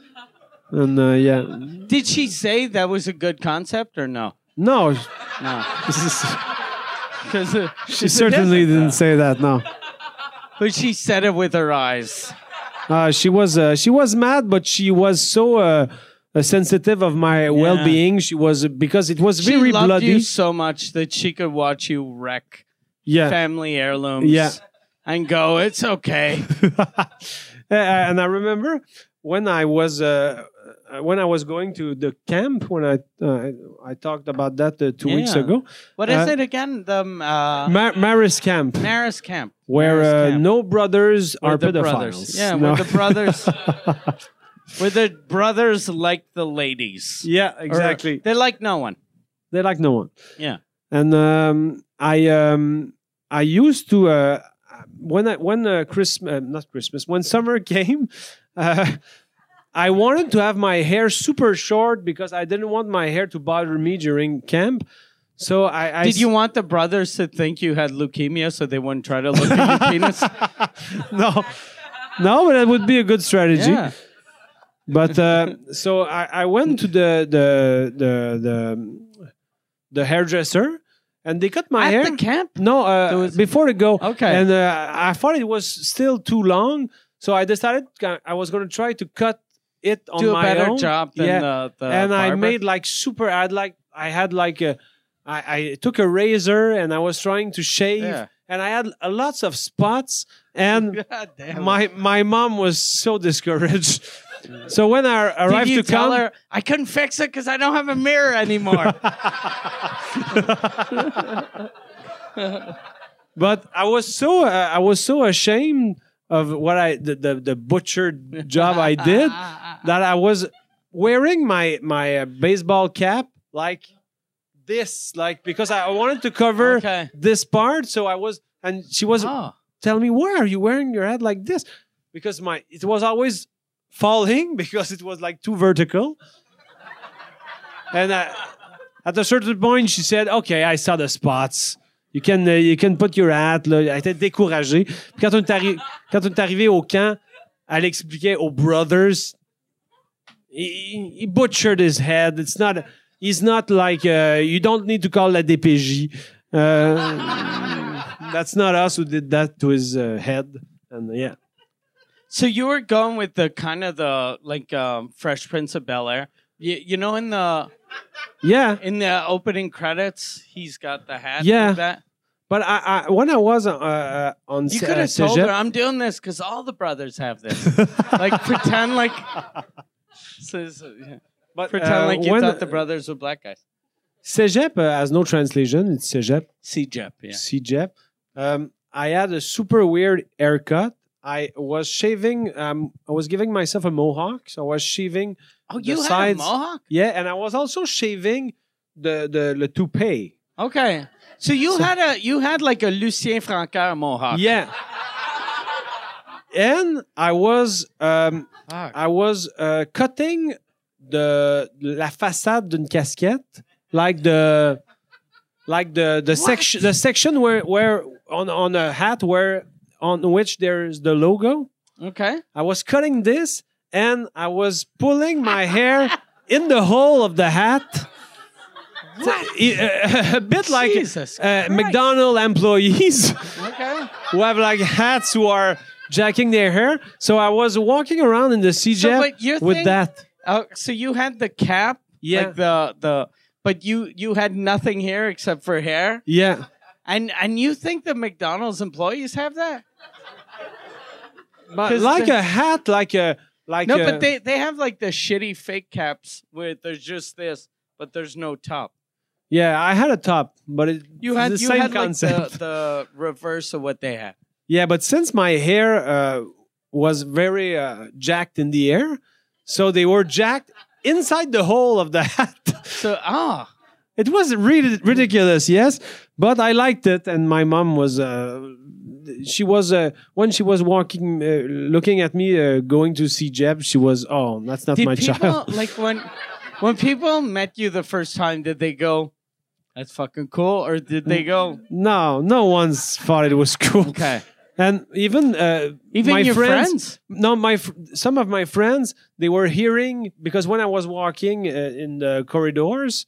Speaker 1: and uh, yeah,
Speaker 2: Did she say that was a good concept or no?
Speaker 1: no,
Speaker 2: No,
Speaker 1: this is,
Speaker 2: because
Speaker 1: she certainly didn't say that. No,
Speaker 2: But she said it with her eyes.
Speaker 1: uh, she was uh, she was mad, but she was so. Uh, uh, sensitive of my well-being, she was because it was
Speaker 2: She
Speaker 1: very
Speaker 2: loved
Speaker 1: bloody.
Speaker 2: you so much that she could watch you wreck
Speaker 1: yeah,
Speaker 2: family heirlooms.
Speaker 1: Yeah.
Speaker 2: And go, it's okay.
Speaker 1: Uh, and I remember when I was uh, uh, when I was going to the camp when I uh, I talked about that uh, two weeks
Speaker 2: Yeah.
Speaker 1: ago.
Speaker 2: What is
Speaker 1: Uh,
Speaker 2: it again? The um, uh,
Speaker 1: Mar- Maris camp,
Speaker 2: Maris camp.
Speaker 1: where
Speaker 2: Maris
Speaker 1: uh,
Speaker 2: camp.
Speaker 1: no brothers
Speaker 2: Where
Speaker 1: are
Speaker 2: the
Speaker 1: pedophiles.
Speaker 2: brothers. Yeah,
Speaker 1: No.
Speaker 2: where the brothers. where the brothers like the ladies.
Speaker 1: yeah,
Speaker 2: Or
Speaker 1: exactly.
Speaker 2: they like no one.
Speaker 1: they like no one.
Speaker 2: Yeah.
Speaker 1: And um, I um, I used to uh, when I, when uh, Christmas not Christmas when summer came, uh, I wanted to have my hair super short because I didn't want my hair to bother me during camp. So I, I
Speaker 2: Did you want the brothers to think you had leukemia so they wouldn't try to look at your penis?
Speaker 1: no no but that would be a good strategy.
Speaker 2: Yeah.
Speaker 1: But uh, so I, I went to the the the the the hairdresser and they cut my
Speaker 2: At
Speaker 1: hair.
Speaker 2: the camp?
Speaker 1: No, uh,
Speaker 2: There was-
Speaker 1: before the go.
Speaker 2: Okay.
Speaker 1: And uh, I thought it was still too long, so I decided I was going to try to cut it on
Speaker 2: do a
Speaker 1: my
Speaker 2: better
Speaker 1: own.
Speaker 2: job than
Speaker 1: Yeah.
Speaker 2: the, the
Speaker 1: and I
Speaker 2: barber.
Speaker 1: made like super. I had like I had like a, I, I took a razor and I was trying to shave,
Speaker 2: Yeah.
Speaker 1: and I had a lots of spots. And
Speaker 2: God damn it.
Speaker 1: my my mom was so discouraged. so when I
Speaker 2: Did
Speaker 1: arrived to
Speaker 2: you tell
Speaker 1: come,
Speaker 2: her I couldn't fix it because I don't have a mirror anymore?
Speaker 1: but I was so uh, I was so ashamed of what I the the, the butchered job I did that I was wearing my my uh, baseball cap like this like because I wanted to cover
Speaker 2: okay.
Speaker 1: this part so I was and she was
Speaker 2: Oh.
Speaker 1: telling me why are you wearing your head like this because my it was always falling because it was like too vertical and I, at a certain point she said okay I saw the spots you can uh, you can put your hat là elle était découragée Puis quand on est arri- quand on est arrivé au camp elle expliquait aux brothers he, he butchered his head it's not he's not like uh, you don't need to call la DPJ Uh, that's not us who did that to his uh, head. And uh, yeah,
Speaker 2: So you were going with the kind of the like um, Fresh Prince of Bel Air. You, you know, in the
Speaker 1: yeah.
Speaker 2: in the opening credits, he's got the hat.
Speaker 1: Yeah.
Speaker 2: like that.
Speaker 1: But I, I when I was uh, uh, on
Speaker 2: You
Speaker 1: C-
Speaker 2: could
Speaker 1: uh,
Speaker 2: have told
Speaker 1: Cégep-
Speaker 2: her I'm doing this because all the brothers have this. like pretend like. So, so, yeah.
Speaker 1: but,
Speaker 2: Pretend
Speaker 1: uh,
Speaker 2: like you
Speaker 1: when-
Speaker 2: thought the brothers were black guys.
Speaker 1: Cégep, uh, has no translation. It's Cégep,
Speaker 2: See Jep, yeah.
Speaker 1: Cégep. Um, I had a super weird haircut. I was shaving. Um, I was giving myself a mohawk, so I was shaving.
Speaker 2: Oh,
Speaker 1: The
Speaker 2: you
Speaker 1: sides-
Speaker 2: had a mohawk.
Speaker 1: Yeah, and I was also shaving the the le toupee.
Speaker 2: Okay, so you had a you had like a Lucien Francaire mohawk.
Speaker 1: Yeah. And I was um,
Speaker 2: Fuck.
Speaker 1: I was uh, cutting the la façade d'une casquette, like the like the the section the section where where on on a hat where on which there's the logo.
Speaker 2: Okay.
Speaker 1: I was cutting this and I was pulling my hair in the hole of the hat. What? A bit like
Speaker 2: Jesus
Speaker 1: uh, McDonald employees
Speaker 2: Okay.
Speaker 1: who have like hats who are jacking their hair. So I was walking around in the CJ
Speaker 2: but your
Speaker 1: with
Speaker 2: thing-
Speaker 1: that.
Speaker 2: Oh, so you had the cap.
Speaker 1: Yeah.
Speaker 2: Like the the. But you you had nothing here except for hair,
Speaker 1: Yeah.
Speaker 2: and and you think the McDonald's employees have that?
Speaker 1: But
Speaker 2: Uh, 'Cause
Speaker 1: like
Speaker 2: the-
Speaker 1: a hat, like a like
Speaker 2: No,
Speaker 1: a,
Speaker 2: but they they have like the shitty fake caps where there's just this, but there's no top.
Speaker 1: yeah. I had a top, but it,
Speaker 2: You had
Speaker 1: the
Speaker 2: you
Speaker 1: same
Speaker 2: had
Speaker 1: concept.
Speaker 2: like the, the reverse of what they had.
Speaker 1: Yeah, but since my hair uh, was very uh, jacked in the air, so they were jacked inside the hole of the hat.
Speaker 2: So ah,
Speaker 1: It was really ridiculous, yes, but I liked it. And my mom was, uh, she was uh, when she was walking, uh, looking at me uh, going to see Jeb. She was, oh, that's not
Speaker 2: did
Speaker 1: my
Speaker 2: people
Speaker 1: child.
Speaker 2: like when when people met you the first time? Did they go, "That's fucking cool," or did they go,
Speaker 1: No, no one's thought it was cool.
Speaker 2: "Okay"?
Speaker 1: And even uh,
Speaker 2: Even
Speaker 1: my
Speaker 2: your
Speaker 1: friends,
Speaker 2: friends?
Speaker 1: no my fr- some of my friends they were hearing because when i was walking uh, in the corridors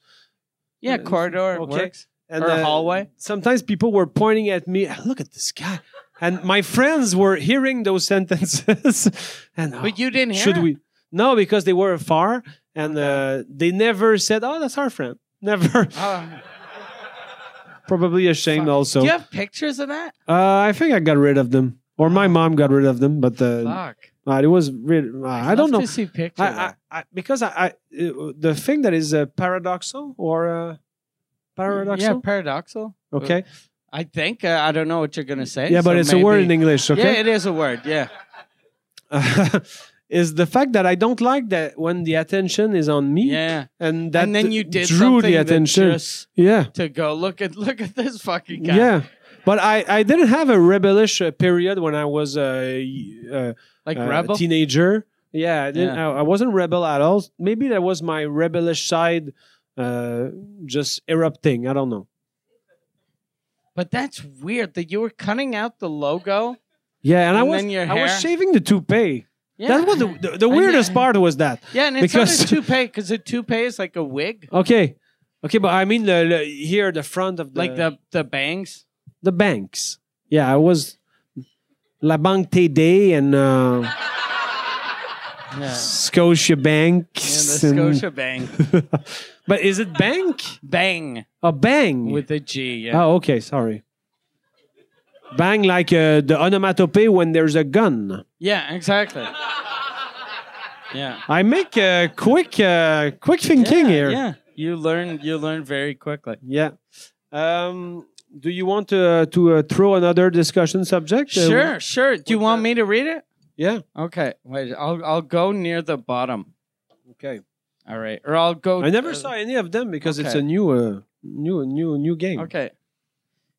Speaker 2: Yeah,
Speaker 1: Uh,
Speaker 2: corridor
Speaker 1: okay.
Speaker 2: works.
Speaker 1: and
Speaker 2: Or
Speaker 1: uh,
Speaker 2: hallway?
Speaker 1: sometimes people were pointing at me "Ah, look at this guy and my friends were hearing those sentences and "Oh,
Speaker 2: But you didn't hear.
Speaker 1: should
Speaker 2: it?
Speaker 1: we no because they were far and uh, they never said oh that's our friend never
Speaker 2: Oh.
Speaker 1: probably ashamed also
Speaker 2: Do you have pictures of that?
Speaker 1: uh, i think i got rid of them or my mom got rid of them but uh,
Speaker 2: Fuck.
Speaker 1: uh, it was really uh, i don't know
Speaker 2: Love To see pictures. of
Speaker 1: I,
Speaker 2: that.
Speaker 1: I, I because I, I uh, the thing that is uh, paradoxal or uh,
Speaker 2: Yeah,
Speaker 1: paradoxal.
Speaker 2: paradoxal.
Speaker 1: okay.
Speaker 2: I think uh, I don't know what you're gonna say.
Speaker 1: yeah, but
Speaker 2: so
Speaker 1: it's a word in
Speaker 2: maybe-
Speaker 1: English.
Speaker 2: Yeah,
Speaker 1: Okay.
Speaker 2: it is a word. Yeah.
Speaker 1: is the fact that I don't like that when the attention is on me,
Speaker 2: Yeah.
Speaker 1: and that
Speaker 2: and then you did
Speaker 1: drew
Speaker 2: something
Speaker 1: the
Speaker 2: that
Speaker 1: attention.
Speaker 2: just
Speaker 1: yeah,
Speaker 2: to go look at look at this fucking guy.
Speaker 1: yeah. But I, I didn't have a rebellish uh, period when I was a uh, uh,
Speaker 2: Like
Speaker 1: uh,
Speaker 2: rebel.
Speaker 1: teenager. Yeah, I didn't. I, I wasn't rebel at all. Maybe that was my rebellish side uh, just erupting. I don't know.
Speaker 2: but that's weird that you were cutting out the logo.
Speaker 1: Yeah, and, I
Speaker 2: And
Speaker 1: was
Speaker 2: then your
Speaker 1: I
Speaker 2: hair.
Speaker 1: was shaving the toupee.
Speaker 2: Yeah.
Speaker 1: That was the, the, the weirdest part was that.
Speaker 2: yeah, and it's not
Speaker 1: because-
Speaker 2: a toupee because a toupee is like a wig,
Speaker 1: Okay, okay, but I mean the, the- here the front of the
Speaker 2: like the the bangs.
Speaker 1: the banks. Yeah, I was La Banque TD and uh,
Speaker 2: Yeah.
Speaker 1: Scotia Bank.
Speaker 2: And the Scotia Bang.
Speaker 1: but is it bank?
Speaker 2: Bang
Speaker 1: A bang.
Speaker 2: with a G. Yeah.
Speaker 1: oh, okay. Sorry. Bang like uh, the onomatopoeia when there's a gun.
Speaker 2: Yeah, exactly. Yeah.
Speaker 1: I make uh, quick, uh, quick thinking
Speaker 2: yeah,
Speaker 1: here.
Speaker 2: Yeah. You learn you learn very quickly.
Speaker 1: Yeah. Um, do you want to uh, to uh, throw another discussion subject? Uh,
Speaker 2: Sure, sure. Do you
Speaker 1: with
Speaker 2: want
Speaker 1: the-
Speaker 2: me to read it?
Speaker 1: yeah.
Speaker 2: Okay. Wait, I'll I'll go near the bottom.
Speaker 1: Okay.
Speaker 2: All right. Or I'll go
Speaker 1: I never
Speaker 2: uh,
Speaker 1: saw any of them because it's
Speaker 2: Okay.
Speaker 1: a new, uh, new, new, new game.
Speaker 2: OK.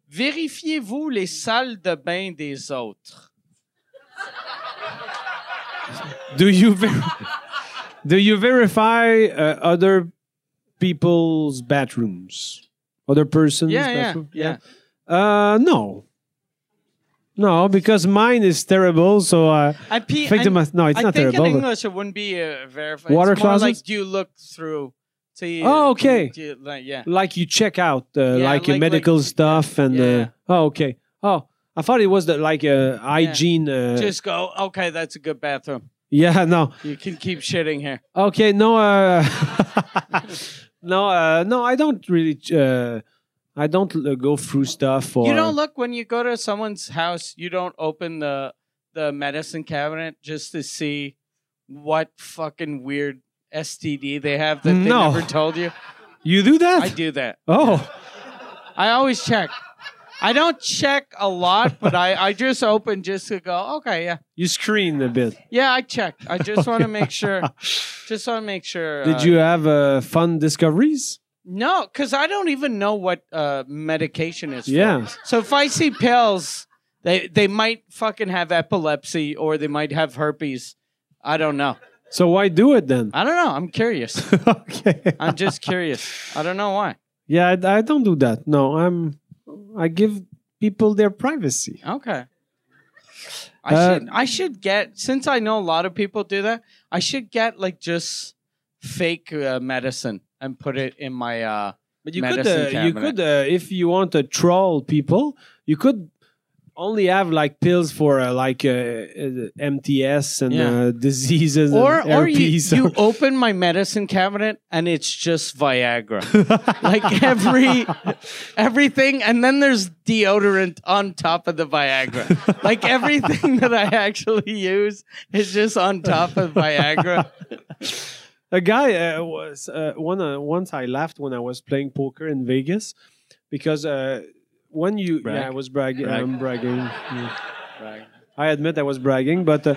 Speaker 2: Vérifiez-vous les salles de bain des autres.
Speaker 1: Do you ver- do you verify uh, other people's bathrooms? Other person's
Speaker 2: Yeah, yeah,
Speaker 1: bathroom?
Speaker 2: yeah.
Speaker 1: Uh, no. No, because mine is terrible. So uh,
Speaker 2: I pee.
Speaker 1: think the
Speaker 2: and-
Speaker 1: mas- no, it's
Speaker 2: I
Speaker 1: not
Speaker 2: think
Speaker 1: terrible.
Speaker 2: in
Speaker 1: but-
Speaker 2: English it wouldn't be uh, verified.
Speaker 1: Water
Speaker 2: it's more
Speaker 1: closets?
Speaker 2: like do you look through? To you,
Speaker 1: Oh, okay.
Speaker 2: do you- like, yeah.
Speaker 1: like you check out uh, like, your
Speaker 2: like-
Speaker 1: medical
Speaker 2: like-
Speaker 1: stuff and
Speaker 2: Yeah.
Speaker 1: uh, oh okay oh i thought it was the like uh, hygiene uh,
Speaker 2: Just go. Okay, that's a good bathroom.
Speaker 1: yeah no
Speaker 2: You can keep shitting here.
Speaker 1: okay no uh, no uh, no i don't really uh, i don't uh, go through stuff or
Speaker 2: You don't look when you go to someone's house. You don't open the the medicine cabinet just to see what fucking weird STD they have that
Speaker 1: No.
Speaker 2: they never told you.
Speaker 1: you do that
Speaker 2: I do that.
Speaker 1: oh
Speaker 2: I always check. I don't check a lot, but I, I just open just to go, okay, yeah.
Speaker 1: you screen a bit
Speaker 2: Yeah, I checked. I just want to make sure. Just want to make sure. uh,
Speaker 1: did you have uh, fun discoveries
Speaker 2: No, because I don't even know what uh, medication is for.
Speaker 1: yeah
Speaker 2: So if I see pills, they, they might fucking have epilepsy or they might have herpes. I don't know.
Speaker 1: so why do it then
Speaker 2: I don't know. I'm curious.
Speaker 1: okay
Speaker 2: I'm just curious. I don't know why.
Speaker 1: yeah I, I don't do that no i'm i give people their privacy
Speaker 2: Okay. I
Speaker 1: Uh,
Speaker 2: should I should get since I know a lot of people do that. I should get like just fake uh, medicine and put it in my. uh
Speaker 1: But you
Speaker 2: medicine
Speaker 1: could, uh, you
Speaker 2: cabinet.
Speaker 1: could, uh, if you want to troll people, you could only have like pills for uh, like uh, uh, MTS and
Speaker 2: Yeah.
Speaker 1: uh, diseases
Speaker 2: Or
Speaker 1: and
Speaker 2: or you,
Speaker 1: herpes.
Speaker 2: you open my medicine cabinet and it's just Viagra, like every everything, and then there's deodorant on top of the Viagra. Like everything that I actually use is just on top of Viagra.
Speaker 1: a guy uh, was uh, one uh, once I laughed when I was playing poker in Vegas because uh, when you
Speaker 2: Brag.
Speaker 1: yeah I was bragging
Speaker 2: Brag.
Speaker 1: I'm bragging Yeah. I admit I was bragging but. Uh,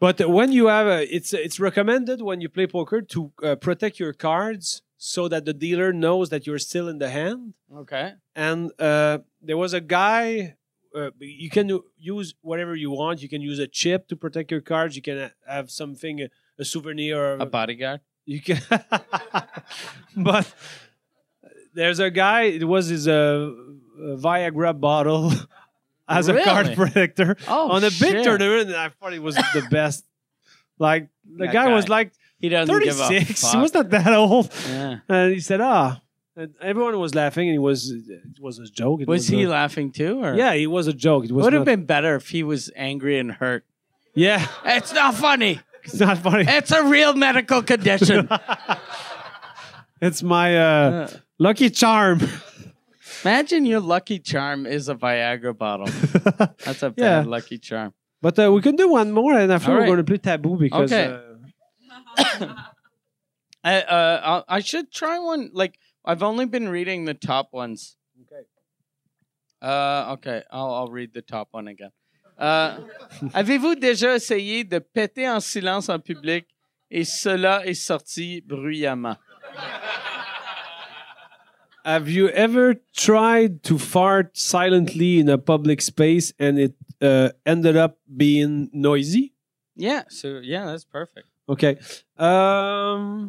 Speaker 1: But when you have a, it's it's recommended when you play poker to uh, protect your cards so that the dealer knows that you're still in the hand.
Speaker 2: Okay.
Speaker 1: And uh, there was a guy. Uh, you can u- use whatever you want. You can use a chip to protect your cards. You can ha- have something, a- a souvenir. Or
Speaker 2: A bodyguard.
Speaker 1: you can. but there's a guy. It was his uh, Viagra bottle as a card
Speaker 2: Really?
Speaker 1: protector
Speaker 2: Oh,
Speaker 1: on a
Speaker 2: shit.
Speaker 1: big tournament, and I thought it was the best. Like the
Speaker 2: That
Speaker 1: guy, was
Speaker 2: guy.
Speaker 1: like
Speaker 2: He doesn't give a
Speaker 1: 36.
Speaker 2: fuck.
Speaker 1: He was not that old,
Speaker 2: Yeah.
Speaker 1: and he said, "Ah." And everyone was laughing, and it was it was a joke. It
Speaker 2: Was, he
Speaker 1: a-
Speaker 2: laughing too? Or
Speaker 1: yeah, it was a joke. It was
Speaker 2: would have
Speaker 1: not-
Speaker 2: been better if he was angry and hurt.
Speaker 1: Yeah,
Speaker 2: It's not funny.
Speaker 1: it's not funny.
Speaker 2: It's a real medical condition.
Speaker 1: It's my uh,
Speaker 2: Uh,
Speaker 1: lucky charm.
Speaker 2: Imagine your lucky charm is a Viagra bottle. That's a bad
Speaker 1: Yeah.
Speaker 2: lucky charm.
Speaker 1: But uh, we can do one more, and after
Speaker 2: All
Speaker 1: we're
Speaker 2: right.
Speaker 1: going to play taboo because
Speaker 2: Okay.
Speaker 1: uh,
Speaker 2: I, uh, I'll- I should try one. Like I've only been reading the top ones.
Speaker 1: Okay.
Speaker 2: Uh, okay, I'll, I'll read the top one again. Uh, Avez-vous déjà essayé de péter en silence en public et cela est sorti bruyamment?
Speaker 1: have you ever tried to fart silently in a public space and it uh, ended up being noisy?
Speaker 2: Yeah, so yeah, that's perfect.
Speaker 1: Okay. Um,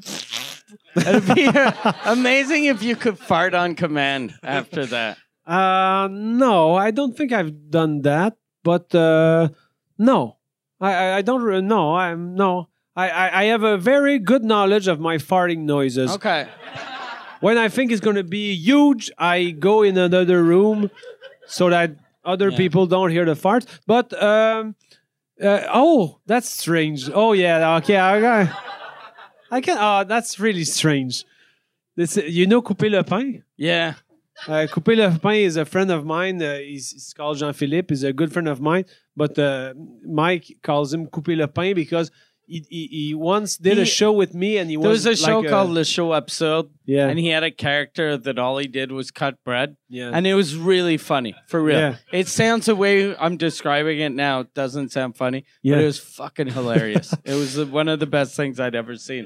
Speaker 2: It'd be uh, amazing if you could fart on command after that.
Speaker 1: Uh, no, I don't think I've done that. But uh, no, I, I, I don't. re- No, I'm no. I, I, I have a very good knowledge of my farting noises.
Speaker 2: Okay.
Speaker 1: When I think it's going to be huge, I go in another room so that other
Speaker 2: Yeah.
Speaker 1: people don't hear the fart. But um, Uh, oh, that's strange. Oh yeah, okay. I got. I can. Oh, that's really strange. This, you know, Couper Le Pain.
Speaker 2: Yeah.
Speaker 1: Uh, Couper Le Pain is a friend of mine. Uh, he's, he's called Jean Philippe. He's a good friend of mine. But uh, Mike calls him Couper Le Pain because he, he, he once did a
Speaker 2: He-
Speaker 1: show with me, and he
Speaker 2: There was a
Speaker 1: like
Speaker 2: show called Le Show Absurde,
Speaker 1: Yeah,
Speaker 2: and he had a character that all he did was cut bread,
Speaker 1: yeah.
Speaker 2: and it was really funny for real.
Speaker 1: Yeah.
Speaker 2: It sounds the way I'm describing it now it doesn't sound funny,
Speaker 1: Yeah.
Speaker 2: but it was fucking hilarious. it was the- one of the best things I'd ever seen.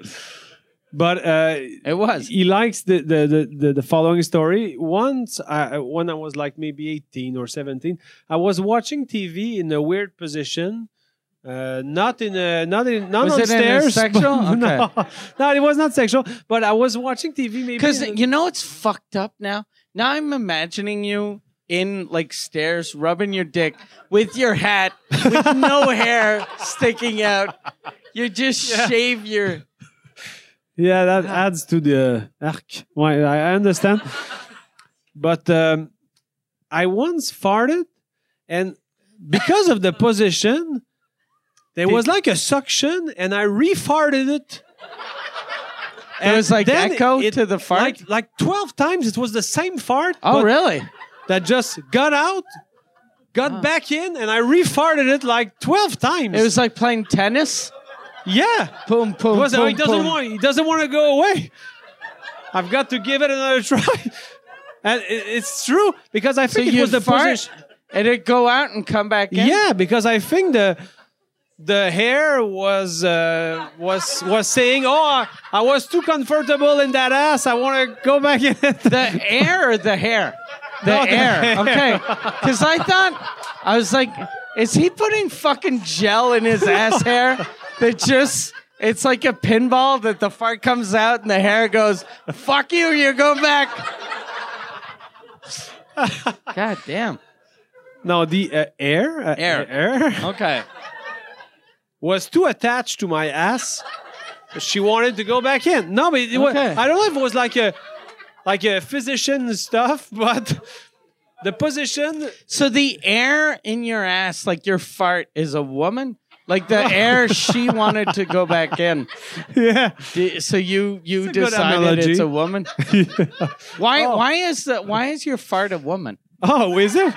Speaker 1: but uh,
Speaker 2: It was.
Speaker 1: he likes the the, the, the the following story. Once, I, when I was like maybe eighteen or seventeen, I was watching TV in a weird position. Uh, not in a not in not
Speaker 2: Was
Speaker 1: on
Speaker 2: it in a
Speaker 1: stairs. but-
Speaker 2: sexual?
Speaker 1: No, no, it was not sexual. But I was watching TV. Maybe
Speaker 2: Because
Speaker 1: in-
Speaker 2: you know it's fucked up now. Now I'm imagining you in like stairs, rubbing your dick with your hat, with no hair sticking out. You just shave your.
Speaker 1: Yeah, that adds to the uh, arc. Well, I I understand. but um, I once farted, and because of the position, there
Speaker 2: Did-
Speaker 1: was like a suction, and I refarted it.
Speaker 2: There was like
Speaker 1: then
Speaker 2: echo
Speaker 1: it-
Speaker 2: to the fart.
Speaker 1: Like, like 12 times, it was the same fart
Speaker 2: oh
Speaker 1: but
Speaker 2: really?
Speaker 1: that just got out, got
Speaker 2: Ah.
Speaker 1: back in, and I refarted it like 12 times.
Speaker 2: It was like playing tennis.
Speaker 1: yeah.
Speaker 2: Boom, boom,
Speaker 1: Was
Speaker 2: boom,
Speaker 1: he doesn't
Speaker 2: boom.
Speaker 1: want he doesn't want to go away. I've got to give it another try. And i- it's true because I
Speaker 2: So
Speaker 1: think it
Speaker 2: you
Speaker 1: was the
Speaker 2: fart,
Speaker 1: position.
Speaker 2: and it go out and come back in.
Speaker 1: Yeah, because I think the the hair was uh, was was saying, "Oh, I, I was too comfortable in that ass. I want to go back in." it."
Speaker 2: The air or the hair? The
Speaker 1: No, the
Speaker 2: air.
Speaker 1: hair.
Speaker 2: Okay. Because I thought, I was like, is he putting fucking gel in his ass hair that just, it's like a pinball that the fart comes out and the hair goes, fuck you, you go back. God damn.
Speaker 1: no, the uh, air uh,
Speaker 2: Air. Oh,
Speaker 1: air
Speaker 2: Okay.
Speaker 1: was too attached to my ass. She wanted to go back in. No, but it was,
Speaker 2: Okay.
Speaker 1: I don't know if it was like a like a physician stuff, but the position.
Speaker 2: So the air in your ass, like your fart, is a woman? Like the air she wanted to go back in.
Speaker 1: Yeah.
Speaker 2: D- So you you
Speaker 1: a good
Speaker 2: decided
Speaker 1: analogy.
Speaker 2: it's a woman. Why why is that? Why is your fart a woman?
Speaker 1: Oh, is it?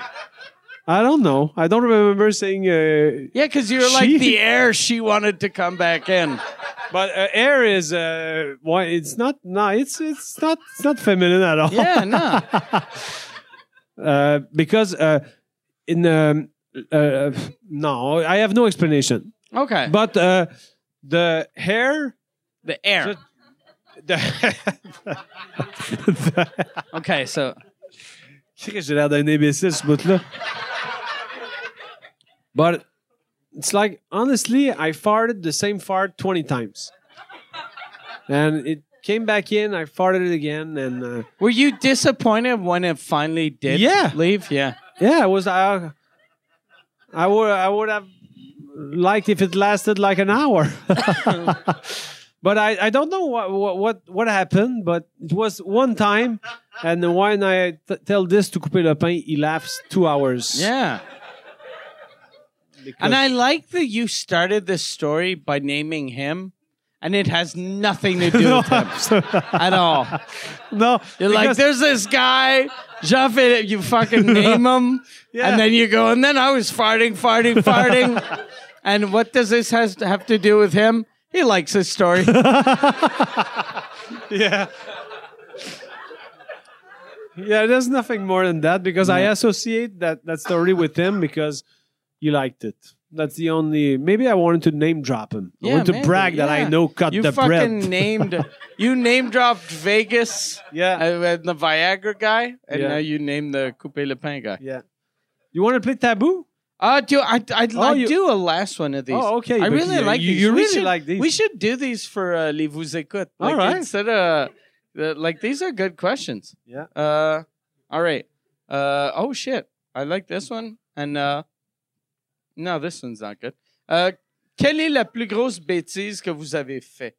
Speaker 1: I don't know. I don't remember saying. Uh,
Speaker 2: Yeah, because you're like
Speaker 1: She-
Speaker 2: the air she wanted to come back in.
Speaker 1: but uh, air is. Uh, why? It's not. No, it's it's not. It's not feminine at all.
Speaker 2: Yeah, no.
Speaker 1: Uh, because uh, in um, uh, no, I have no explanation.
Speaker 2: Okay.
Speaker 1: But uh, the hair.
Speaker 2: the air.
Speaker 1: The
Speaker 2: Okay, so
Speaker 1: Chris, J'ai l'air d'un imbécile, ce bout-là. But it's like, honestly, I farted the same fart 20 times. And it came back in, I farted it again, and uh,
Speaker 2: were you disappointed when it finally did
Speaker 1: Yeah.
Speaker 2: leave? Yeah.
Speaker 1: yeah, it was. Uh, I, would, I would have liked if it lasted like an hour. but I, I don't know what, what, what, what happened, but it was one time. And when I t- tell this to Couper Le Pain, he laughs two hours.
Speaker 2: Yeah. And I like that you started this story by naming him, and it has nothing to do
Speaker 1: no,
Speaker 2: with him at all.
Speaker 1: no,
Speaker 2: You're like,
Speaker 1: because-
Speaker 2: there's this guy, Jean Philippe, you fucking name him.
Speaker 1: Yeah.
Speaker 2: And then you go, and then I was farting, farting, farting. and what does this has to have to do with him? He likes his story.
Speaker 1: yeah. Yeah, there's nothing more than that because I associate that, that story with him because you liked it. That's the only. Maybe I wanted to name drop him. I
Speaker 2: Yeah,
Speaker 1: wanted to
Speaker 2: maybe,
Speaker 1: brag that I
Speaker 2: yeah.
Speaker 1: know cut
Speaker 2: you
Speaker 1: the
Speaker 2: fucking
Speaker 1: bread.
Speaker 2: named, you name dropped Vegas
Speaker 1: yeah,
Speaker 2: and, and the Viagra guy, and
Speaker 1: Yeah.
Speaker 2: now you named the Coupe Le Pain guy.
Speaker 1: yeah. You want to play taboo?
Speaker 2: Uh, do I? I,
Speaker 1: Oh,
Speaker 2: I
Speaker 1: you-
Speaker 2: do a last one of these.
Speaker 1: Oh, okay,
Speaker 2: I
Speaker 1: but
Speaker 2: really
Speaker 1: you-
Speaker 2: like
Speaker 1: you-
Speaker 2: these.
Speaker 1: you
Speaker 2: We
Speaker 1: really
Speaker 2: should-
Speaker 1: like these.
Speaker 2: We should do these for uh, Les Vous Écoutes.
Speaker 1: All
Speaker 2: Like,
Speaker 1: right.
Speaker 2: Instead of the- like these are good questions.
Speaker 1: Yeah.
Speaker 2: Uh, all right. Uh, oh shit, I like this one. And uh, no, this one's not good. Uh, quelle est la plus grosse bêtise que vous avez fait?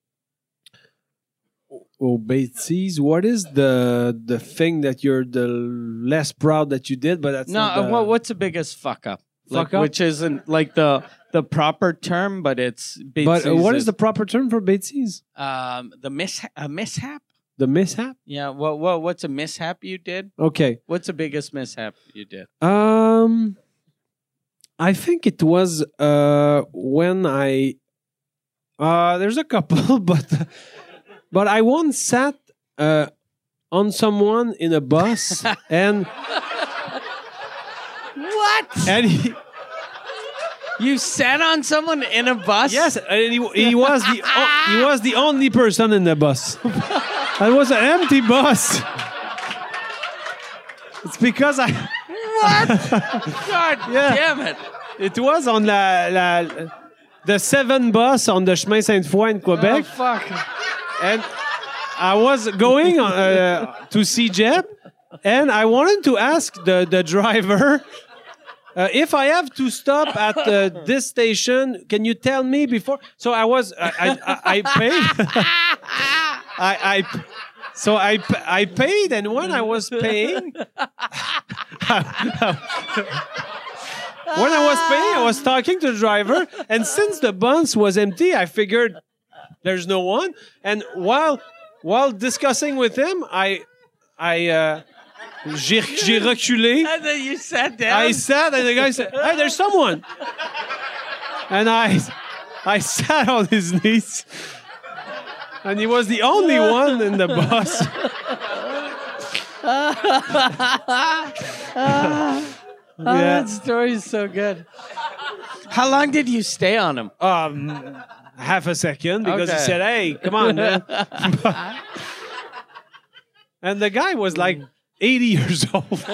Speaker 1: Oh, Bates, what is the the thing that you're the less proud that you did? But that's
Speaker 2: no,
Speaker 1: not
Speaker 2: uh,
Speaker 1: the-
Speaker 2: well, what's the biggest fuck up? Like,
Speaker 1: Fuck up?
Speaker 2: Which isn't like the the proper term, but it's
Speaker 1: But uh, what
Speaker 2: bêtise.
Speaker 1: is the proper term for bêtise?
Speaker 2: um the mishap? A mishap?
Speaker 1: The mishap?
Speaker 2: Yeah. What? What? What's a mishap you did?
Speaker 1: Okay.
Speaker 2: What's the biggest mishap you did?
Speaker 1: Um, I think it was uh when I uh there's a couple, but but I once sat uh on someone in a bus and
Speaker 2: What?
Speaker 1: and he,
Speaker 2: You sat on someone in a bus?
Speaker 1: yes and he, he was the o- he was the only person in the bus. It was an empty bus. It's because I.
Speaker 2: What? God
Speaker 1: Yeah. Oh,
Speaker 2: damn it!
Speaker 1: It was on la, la the seven bus on the chemin Sainte-Foy in
Speaker 2: Oh,
Speaker 1: Quebec,
Speaker 2: fuck.
Speaker 1: and I was going uh, to see Jeb, and I wanted to ask the the driver. Uh, if I have to stop at uh, this station, can you tell me before? So I was, I, I, I paid. I, I, so I, p- I paid, and when I was paying, when I was paying, I was talking to the driver, and since the bus was empty, I figured there's no one. And while while discussing with him, I, I, uh, j'ai j'ai reculé.
Speaker 2: And then you sat down.
Speaker 1: I sat, and the guy said, "Hey, there's someone," and I, I sat on his knees, and he was the only one in the bus.
Speaker 2: Oh,
Speaker 1: yeah.
Speaker 2: That story is so good. How long did you stay on him? Oh,
Speaker 1: Um, half a second because he
Speaker 2: Okay.
Speaker 1: said, "Hey, come on." man." and the guy was like 80 years old.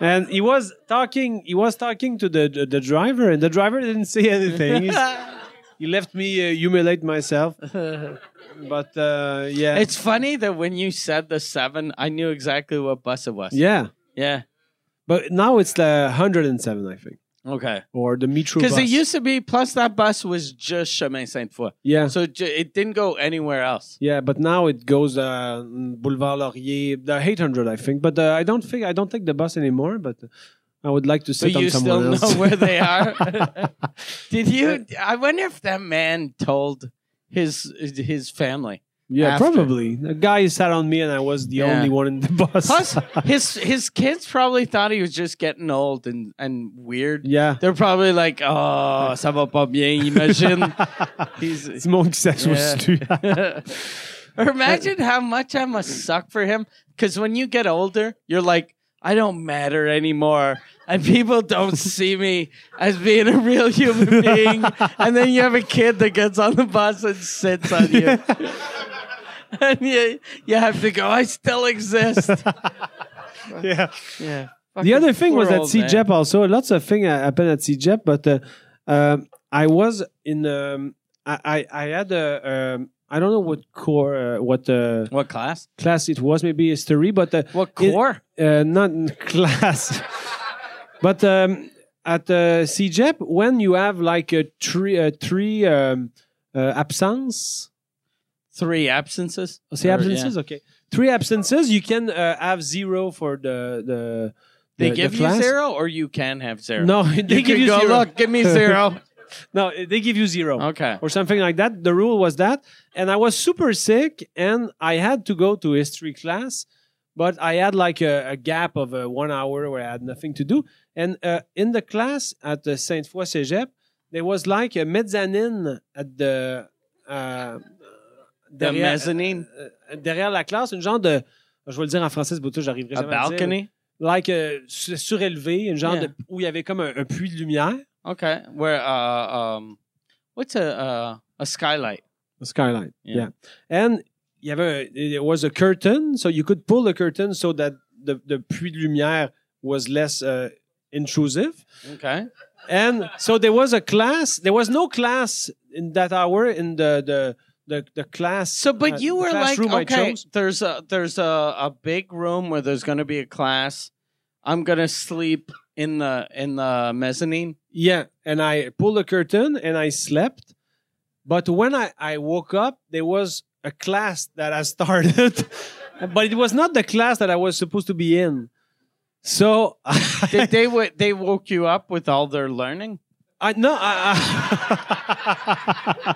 Speaker 1: And he was talking. He was talking to the the, the driver, and the driver didn't say anything. He's- he left me uh, humiliate myself. But uh, yeah,
Speaker 2: It's funny that when you said the seven, I knew exactly what bus it was.
Speaker 1: yeah.
Speaker 2: Yeah.
Speaker 1: But now it's the 107, I think,
Speaker 2: Okay.
Speaker 1: or the metro.
Speaker 2: Because
Speaker 1: bus.
Speaker 2: it used to be, plus that bus was just Chemin Saint Foy.
Speaker 1: yeah,
Speaker 2: So ju- it didn't go anywhere else.
Speaker 1: yeah. But now it goes uh, Boulevard Laurier, the 800, I think. But uh, I don't think I don't take the bus anymore. But I would like to
Speaker 2: So
Speaker 1: sit on
Speaker 2: you still
Speaker 1: someone
Speaker 2: know
Speaker 1: else.
Speaker 2: where they are. Did you? I wonder if that man told his his family.
Speaker 1: yeah,
Speaker 2: after.
Speaker 1: probably. A guy sat on me, and I was the
Speaker 2: Yeah.
Speaker 1: only one in the bus.
Speaker 2: Plus, his his kids probably thought he was just getting old and and weird.
Speaker 1: yeah.
Speaker 2: They're probably like, oh, ça va pas bien, imagine.
Speaker 1: C'est mon qui s'associe
Speaker 2: Yeah.
Speaker 1: dessus.
Speaker 2: or imagine how much I must suck for him. Because when you get older, you're like, I don't matter anymore. And people don't see me as being a real human being. and then you have a kid that gets on the bus and sits on you. and you, you have to go, I still exist.
Speaker 1: yeah.
Speaker 2: Yeah.
Speaker 1: The other thing was at
Speaker 2: Fucking poor old
Speaker 1: CJEP also. Lots of things happened at CJEP, but uh, um, I was in. Um, I, I I had a. Um, I don't know what core uh, what uh,
Speaker 2: man. What class?
Speaker 1: class it was. Maybe history, but uh,
Speaker 2: What
Speaker 1: It-
Speaker 2: core?
Speaker 1: uh, not in class. but um, at uh, CJEP, when you have like a three uh, three um, uh, absence,
Speaker 2: Three absences.
Speaker 1: say
Speaker 2: Or-
Speaker 1: Oh, absences, okay, three absences, you can uh, have zero for the the. the-
Speaker 2: They
Speaker 1: the
Speaker 2: give you
Speaker 1: class.
Speaker 2: zero, or you can have zero.
Speaker 1: No, they
Speaker 2: you
Speaker 1: give
Speaker 2: can
Speaker 1: you
Speaker 2: go
Speaker 1: zero.
Speaker 2: look. Give me zero.
Speaker 1: No, they give you zero
Speaker 2: okay.
Speaker 1: or something like that. The rule was that. And I was super sick and I had to go to history class, but I had like a, a gap of uh, one hour where I had nothing to do. And uh, in the class at the Sainte Foy Cégep, there was like a mezzanine at the. Uh,
Speaker 2: The
Speaker 1: derrière-
Speaker 2: mezzanine,
Speaker 1: euh, derrière la classe, une genre de. Je vais le dire en français, ce bout-là, j'arriverai
Speaker 2: a
Speaker 1: jamais à le dire.
Speaker 2: balcony.
Speaker 1: Like, euh, su- surélevé, une genre
Speaker 2: Yeah.
Speaker 1: de. où il y avait comme un, un puits de lumière.
Speaker 2: Okay. Where uh um, what's a uh, a skylight?
Speaker 1: The skylight. Yeah.
Speaker 2: Yeah.
Speaker 1: And you have a, it was a curtain, so you could pull the curtain so that the, the puits de lumière was less uh, intrusive.
Speaker 2: Okay.
Speaker 1: And so there was a class. There was no class in that hour in the the the, the class.
Speaker 2: So, but
Speaker 1: uh,
Speaker 2: you
Speaker 1: the
Speaker 2: were like,
Speaker 1: classroom I
Speaker 2: okay,
Speaker 1: chose.
Speaker 2: there's a there's a, a big room where there's going to be a class. I'm going to sleep in the in the mezzanine.
Speaker 1: Yeah, and I pulled the curtain and I slept. But when I, I woke up, there was a class that I started, but it was not the class that I was supposed to be in. So
Speaker 2: Did they wa- they woke you up with all their learning?
Speaker 1: I no. I,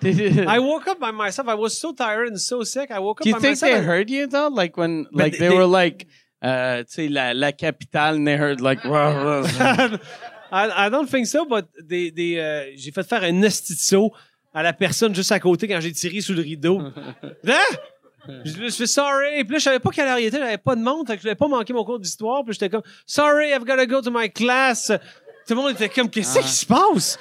Speaker 2: Did you-
Speaker 1: I woke up by myself. I was so tired and so sick. I woke up
Speaker 2: Do you
Speaker 1: by
Speaker 2: think
Speaker 1: myself.
Speaker 2: they
Speaker 1: and-
Speaker 2: heard you though? Like when, like they,
Speaker 1: they-
Speaker 2: were like, uh, tu sais, la, la capitale, and they heard like, rah, rah, rah.
Speaker 1: I, I don't think so, but des, des, euh, j'ai fait faire un estitio à la personne juste à côté quand j'ai tiré sous le rideau. Hein? Je me suis fait sorry. Puis là, je savais pas quelle heure il était, j'avais pas de montre, fait que je voulais pas manquer mon cours d'histoire. Puis j'étais comme sorry, I've got to go to my class. Tout le monde était comme qu'est-ce qui se passe?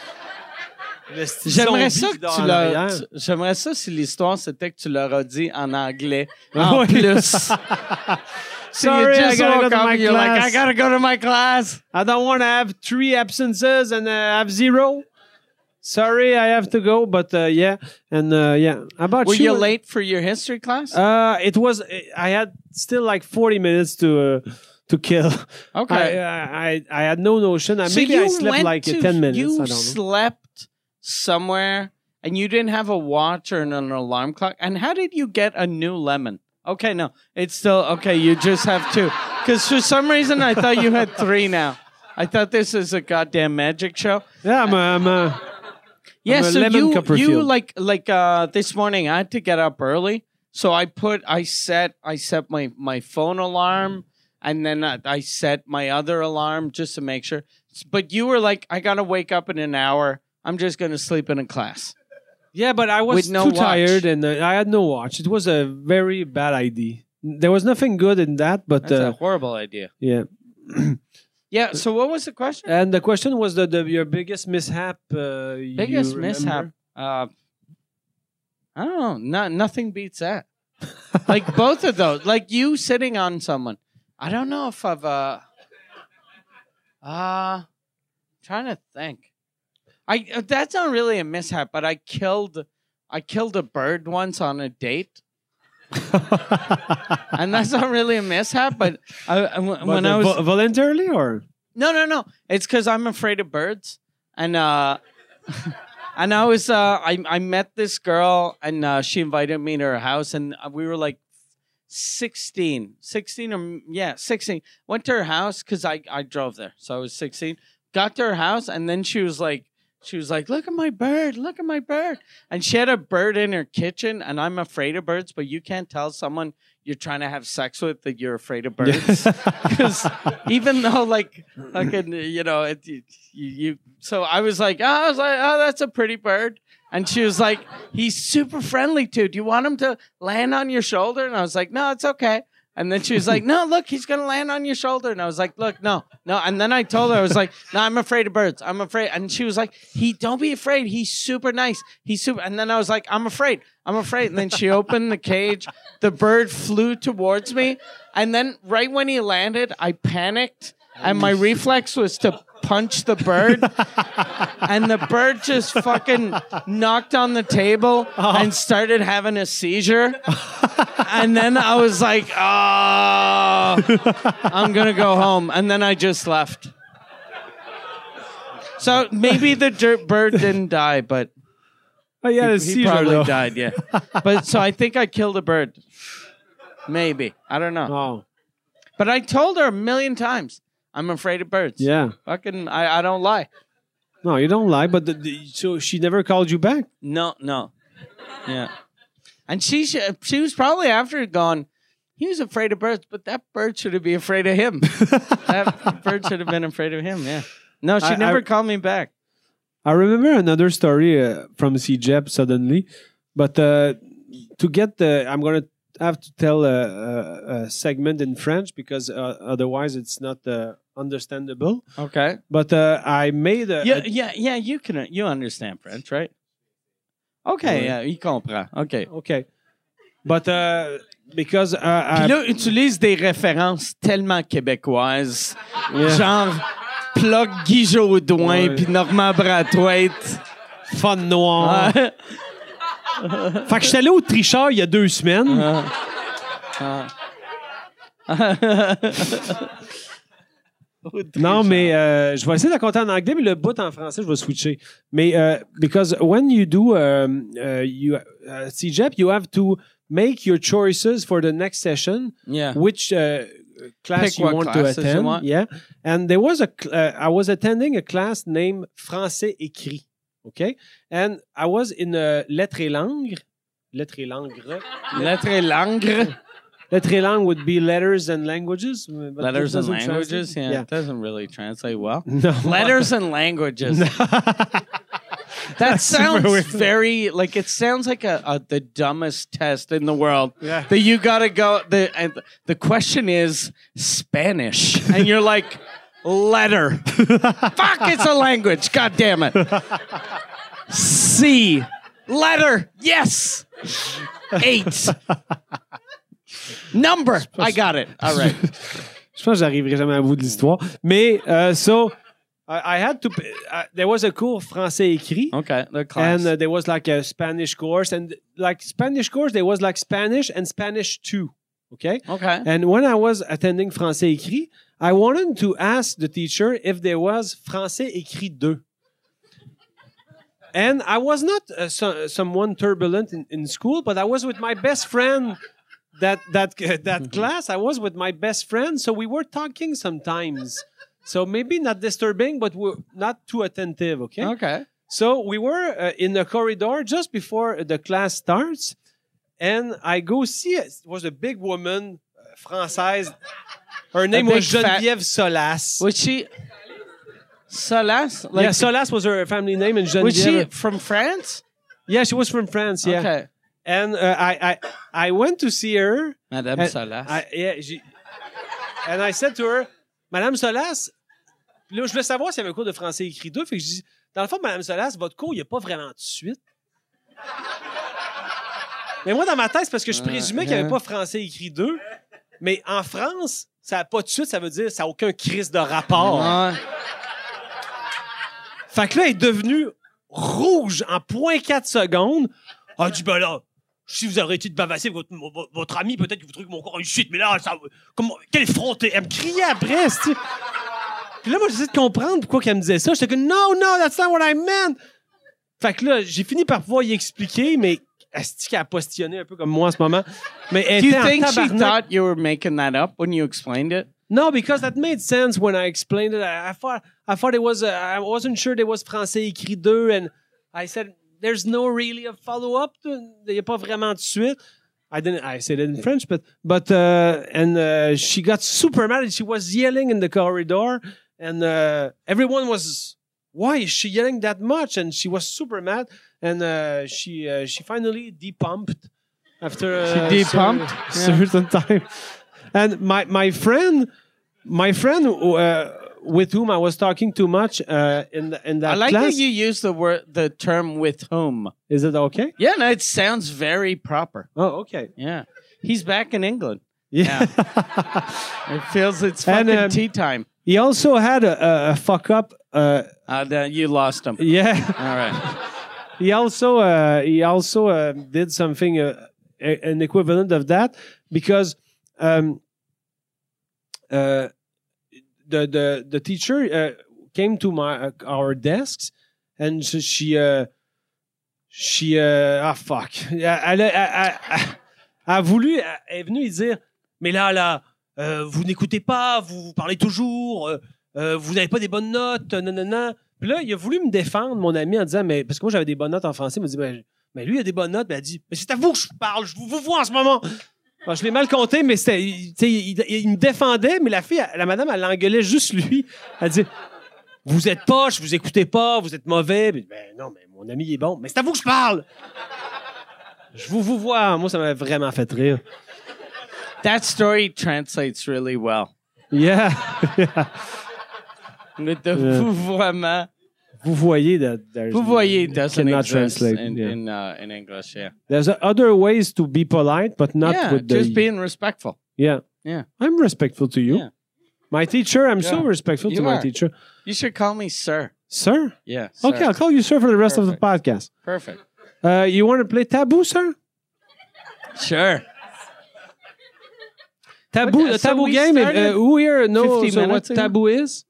Speaker 1: L'esti de
Speaker 2: Ah. J'aimerais
Speaker 1: zombie
Speaker 2: ça
Speaker 1: qui
Speaker 2: que
Speaker 1: dort
Speaker 2: tu
Speaker 1: en
Speaker 2: leur,
Speaker 1: arrière.
Speaker 2: tu- j'aimerais ça si l'histoire c'était que tu leur as dit en anglais
Speaker 1: Ah
Speaker 2: en
Speaker 1: oui.
Speaker 2: plus. So you
Speaker 1: Sorry, I
Speaker 2: just
Speaker 1: gotta go
Speaker 2: woke
Speaker 1: to
Speaker 2: up
Speaker 1: my
Speaker 2: and you're like,
Speaker 1: class.
Speaker 2: I gotta go to my class.
Speaker 1: I don't want to have three absences and uh, have zero. Sorry, I have to go, but uh, yeah, and uh, yeah. How about
Speaker 2: Were
Speaker 1: you?
Speaker 2: you late for your history class?
Speaker 1: Uh, it was. I had still like forty minutes to uh, to kill. I,
Speaker 2: okay.
Speaker 1: I I- I had no notion. I
Speaker 2: so
Speaker 1: Maybe
Speaker 2: you
Speaker 1: I slept
Speaker 2: went
Speaker 1: like
Speaker 2: to,
Speaker 1: ten minutes. I
Speaker 2: You
Speaker 1: don't know.
Speaker 2: slept somewhere and you didn't have a watch or an, an alarm clock. And how did you get a new lemon? Okay, no, it's still okay. You just have two. Because for some reason I thought you had three now. I thought this is a goddamn magic show.
Speaker 1: Yeah, I'm. I'm uh,
Speaker 2: Yeah,
Speaker 1: I'm a
Speaker 2: so
Speaker 1: lemon
Speaker 2: you you
Speaker 1: Copperfield.
Speaker 2: like like uh this morning I had to get up early, so I put I set I set my my phone alarm and then I, I set my other alarm just to make sure. S- But you were like, I gotta wake up in an hour. I'm just gonna sleep in a class.
Speaker 1: yeah, but I was
Speaker 2: With no
Speaker 1: too
Speaker 2: watch.
Speaker 1: tired and uh, I had no watch. It was a very bad idea. There was nothing good in that, but
Speaker 2: That's a
Speaker 1: uh,
Speaker 2: horrible idea.
Speaker 1: yeah.
Speaker 2: Yeah. So what was the question?
Speaker 1: And the question was the, the your biggest mishap. Uh, you
Speaker 2: Biggest
Speaker 1: remember?
Speaker 2: mishap. Uh, I don't know. Not nothing beats that. like both of those. Like you sitting on someone. I don't know if I've uh uh trying to think. I uh, that's not really a mishap, but I killed I killed a bird once on a date, and that's not really a mishap. But I, I- when
Speaker 1: But,
Speaker 2: I
Speaker 1: uh,
Speaker 2: was
Speaker 1: vo- voluntarily or
Speaker 2: No, no, no. It's because I'm afraid of birds, and uh, and I was uh, I I met this girl, and uh, she invited me to her house, and uh, we were like 16, 16 or yeah, sixteen. Went to her house because I I drove there, so I was sixteen. Got to her house, and then she was like. She was like, "Look at my bird! Look at my bird!" And she had a bird in her kitchen, and I'm afraid of birds. But you can't tell someone you're trying to have sex with that you're afraid of birds. because even though like fucking you know it you, you so I was like oh, I was like oh that's a pretty bird and she was like he's super friendly too do you want him to land on your shoulder and I was like no it's okay and then she was like no look he's gonna land on your shoulder and I was like look no no and then I told her I was like no I'm afraid of birds I'm afraid and she was like he don't be afraid he's super nice he's super and then I was like I'm afraid I'm afraid and then she opened the cage the bird flew towards me and then right when he landed, I panicked and my reflex was to punch the bird. and the bird just fucking knocked on the table
Speaker 1: Oh.
Speaker 2: and started having a seizure. and then I was like, oh, I'm going to go home. And then I just left. So maybe the dirt bird didn't die, but
Speaker 1: oh, yeah, the
Speaker 2: he
Speaker 1: seizure,
Speaker 2: probably
Speaker 1: though.
Speaker 2: died, yeah. But so I think I killed a bird. Maybe. I don't know.
Speaker 1: Oh
Speaker 2: But I told her a million times, I'm afraid of birds.
Speaker 1: yeah,
Speaker 2: Fucking, I, I don't lie.
Speaker 1: no, you don't lie. But the, the, so she never called you back.
Speaker 2: No, no. Yeah. And she sh- she was probably after it gone, he was afraid of birds, but that bird should have been afraid of him. that bird should have been afraid of him, yeah. No, she
Speaker 1: I- I-
Speaker 2: never called me back.
Speaker 1: I remember another story uh, from CJEP suddenly, but uh, to get the, I'm gonna have to tell a, a, a segment in French because uh, otherwise it's not uh, understandable.
Speaker 2: Okay.
Speaker 1: But uh, I made a,
Speaker 2: Yeah, yeah, yeah, you can uh, you understand French, right? Okay, yeah, il comprend. Okay.
Speaker 1: a- okay, but uh, because uh,
Speaker 2: Puis
Speaker 1: I,
Speaker 2: là, utilise des références tellement québécoises.
Speaker 1: Yeah.
Speaker 2: Genre, plug
Speaker 1: Ouais.
Speaker 2: Guy Jodoin puis Normand Brathwaite.
Speaker 1: fun noir.
Speaker 2: Ah.
Speaker 1: Fait que j'étais allé au tricheur il y a deux semaines.
Speaker 2: Ah,
Speaker 1: Non, mais euh, je vais essayer de la compter en anglais, mais le bout en français, je vais switcher. Mais, euh, because when you do, um, uh, you, uh, CJEP, you have to make your choices for the next session,
Speaker 2: Yeah.
Speaker 1: which uh, class
Speaker 2: Ah. Pick
Speaker 1: you
Speaker 2: what
Speaker 1: want to
Speaker 2: classes you
Speaker 1: attend.
Speaker 2: want.
Speaker 1: Yeah, and there was a cl- uh, I was attending a class named Français écrit. Okay, and I was in uh, lettres et langues. Lettres et langues.
Speaker 2: Lettre et langue.
Speaker 1: Lettres et langues would be letters and languages. but
Speaker 2: Letters
Speaker 1: it
Speaker 2: and
Speaker 1: doesn't translate.
Speaker 2: languages. Yeah, it doesn't really translate well.
Speaker 1: No.
Speaker 2: Letters and languages. That
Speaker 1: That's super
Speaker 2: sounds
Speaker 1: weird.
Speaker 2: very like it sounds like a, a the dumbest test in the world.
Speaker 1: Yeah.
Speaker 2: That you gotta go. The and the question is Spanish, and you're like letter. Fuck, it's a language. God damn it. C letter. Yes. Eight. Number. I got it. All right.
Speaker 1: Je pense que j'arriverai jamais à bout de l'histoire. Mais, euh, so, I, I had to, I- there was a cours français écrit.
Speaker 2: Okay. The class.
Speaker 1: And uh, there was like a Spanish course, and like Spanish course, there was like Spanish and Spanish too. Okay.
Speaker 2: okay.
Speaker 1: And when I was attending Français écrit, I wanted to ask the teacher if there was Français écrit 2. And I was not uh, so, someone turbulent in, in school, but I was with my best friend that that that class. I was with my best friend, so we were talking sometimes. So maybe not disturbing, but we're not too attentive. Okay.
Speaker 2: Okay.
Speaker 1: So we were uh, in the corridor just before the class starts, and I go see it was a big woman, uh, française. Her name
Speaker 2: big
Speaker 1: was
Speaker 2: fat-
Speaker 1: Geneviève Solas.
Speaker 2: Was she Salas? Like,
Speaker 1: yeah, Solas was her family name, and Geneviève.
Speaker 2: was she from France?
Speaker 1: Yeah, she was from France. Yeah,
Speaker 2: Okay.
Speaker 1: and uh, I, I, I went to see her.
Speaker 2: Madame
Speaker 1: And
Speaker 2: Salas.
Speaker 1: I, yeah, ah, euh, j'ai- and I said to her, Madame Solas, là, je voulais savoir s'il y avait un cours de français écrit 2. Fait que je dis, dans le fond, Madame Solas, votre cours, il n'y a pas vraiment de suite. Mais moi, dans ma tête, c'est parce que je
Speaker 2: Ah,
Speaker 1: présumais qu'il n'y
Speaker 2: hein.
Speaker 1: avait pas français écrit 2. Mais en France, ça n'a pas de suite, ça veut dire ça n'a aucun crise de rapport.
Speaker 2: Ouais.
Speaker 1: Oh. Fait que là, elle est devenue rouge en 0.4 secondes. Ah, dit, ben là, si vous arrêtez de bavasser avec votre, mo- vo- votre ami, peut-être que vous trouvez que mon corps a une chute, mais là, ça, comment, quelle fronte Elle me criait après, c'ti. Puis là, moi, j'essaie de comprendre pourquoi qu'elle me disait ça. J'étais que, no, no, that's not what I meant. Fait que là, j'ai fini par pouvoir y expliquer, mais est-ce qu'elle a postillonné un peu comme moi en ce moment? Mais elle
Speaker 2: Do you
Speaker 1: était en
Speaker 2: think she
Speaker 1: tabarnak.
Speaker 2: thought you were making that up when you explained it?
Speaker 1: No, because that made sense when I explained it. I, I thought I thought it was uh, I wasn't sure there was français écrit deux, and I said there's no really a follow up. Il y a pas vraiment de suite. I didn't. I said it in French, but but uh, and uh, she got super mad. and She was yelling in the corridor, and uh, everyone was. Why is she yelling that much? And she was super mad, and uh, she uh, she finally depumped after uh,
Speaker 2: She depumped?
Speaker 1: cer- certain time. And my my friend, my friend uh, with whom I was talking too much uh, in the, in that
Speaker 2: I like
Speaker 1: class.
Speaker 2: that you use the word, the term "with whom."
Speaker 1: is it okay?
Speaker 2: Yeah, no, it sounds very proper.
Speaker 1: Oh, okay.
Speaker 2: Yeah, he's back in England.
Speaker 1: Yeah.
Speaker 2: It feels it's
Speaker 1: And,
Speaker 2: fucking
Speaker 1: um,
Speaker 2: tea time.
Speaker 1: he also had a, a, a fuck up. Uh,
Speaker 2: Uh, no, you lost him.
Speaker 1: yeah.
Speaker 2: All right.
Speaker 1: he also uh, he also uh, did something uh, a- an equivalent of that because um, uh, the the the teacher uh, came to my uh, our desks and so she uh, she uh, ah fuck elle a, elle a- a- a voulu elle est venue lui dire mais là là euh, vous n'écoutez pas vous, vous parlez toujours euh, euh, vous n'avez pas des bonnes notes euh, nanana puis là il a voulu me défendre mon ami en disant mais parce que moi j'avais des bonnes notes en français il m'a dit ben, mais lui il a des bonnes notes ben, elle dit mais c'est à vous que je parle je vous, vous vois en ce moment Bon, je l'ai mal compté, mais c'était, il, tu sais, il- il- il me défendait, mais la fille, elle- la madame, elle l'engueulait juste lui. Elle dit Vous êtes poche, vous écoutez pas, vous êtes mauvais. Puis, ben non, mais mon ami il est bon. Mais c'est à vous que je parle Je vous, vous vois. Moi, ça m'a vraiment fait rire.
Speaker 2: That story translates really well.
Speaker 1: Yeah.
Speaker 2: With the
Speaker 1: Yeah.
Speaker 2: vous voyez,
Speaker 1: vous voyez, that there's-
Speaker 2: vous voyez doesn't
Speaker 1: cannot
Speaker 2: exist
Speaker 1: translate,
Speaker 2: in
Speaker 1: yeah.
Speaker 2: in, uh, in English. Yeah,
Speaker 1: There's other ways to be polite, but not
Speaker 2: yeah,
Speaker 1: with the.
Speaker 2: just being respectful.
Speaker 1: yeah.
Speaker 2: Yeah.
Speaker 1: I'm respectful to you.
Speaker 2: Yeah.
Speaker 1: My teacher, I'm so
Speaker 2: Yeah.
Speaker 1: respectful
Speaker 2: You
Speaker 1: to my
Speaker 2: are.
Speaker 1: teacher.
Speaker 2: You should call me sir.
Speaker 1: Sir?
Speaker 2: Yeah.
Speaker 1: Okay,
Speaker 2: sir.
Speaker 1: I'll call you sir for the rest of the podcast.
Speaker 2: Perfect.
Speaker 1: Uh, you want to play Taboo, sir?
Speaker 2: Sure.
Speaker 1: Taboo,
Speaker 2: But, uh,
Speaker 1: the
Speaker 2: so
Speaker 1: taboo
Speaker 2: we
Speaker 1: game. If, uh,
Speaker 2: started
Speaker 1: who here knows
Speaker 2: 50
Speaker 1: uh, what
Speaker 2: minutes ago?
Speaker 1: taboo is?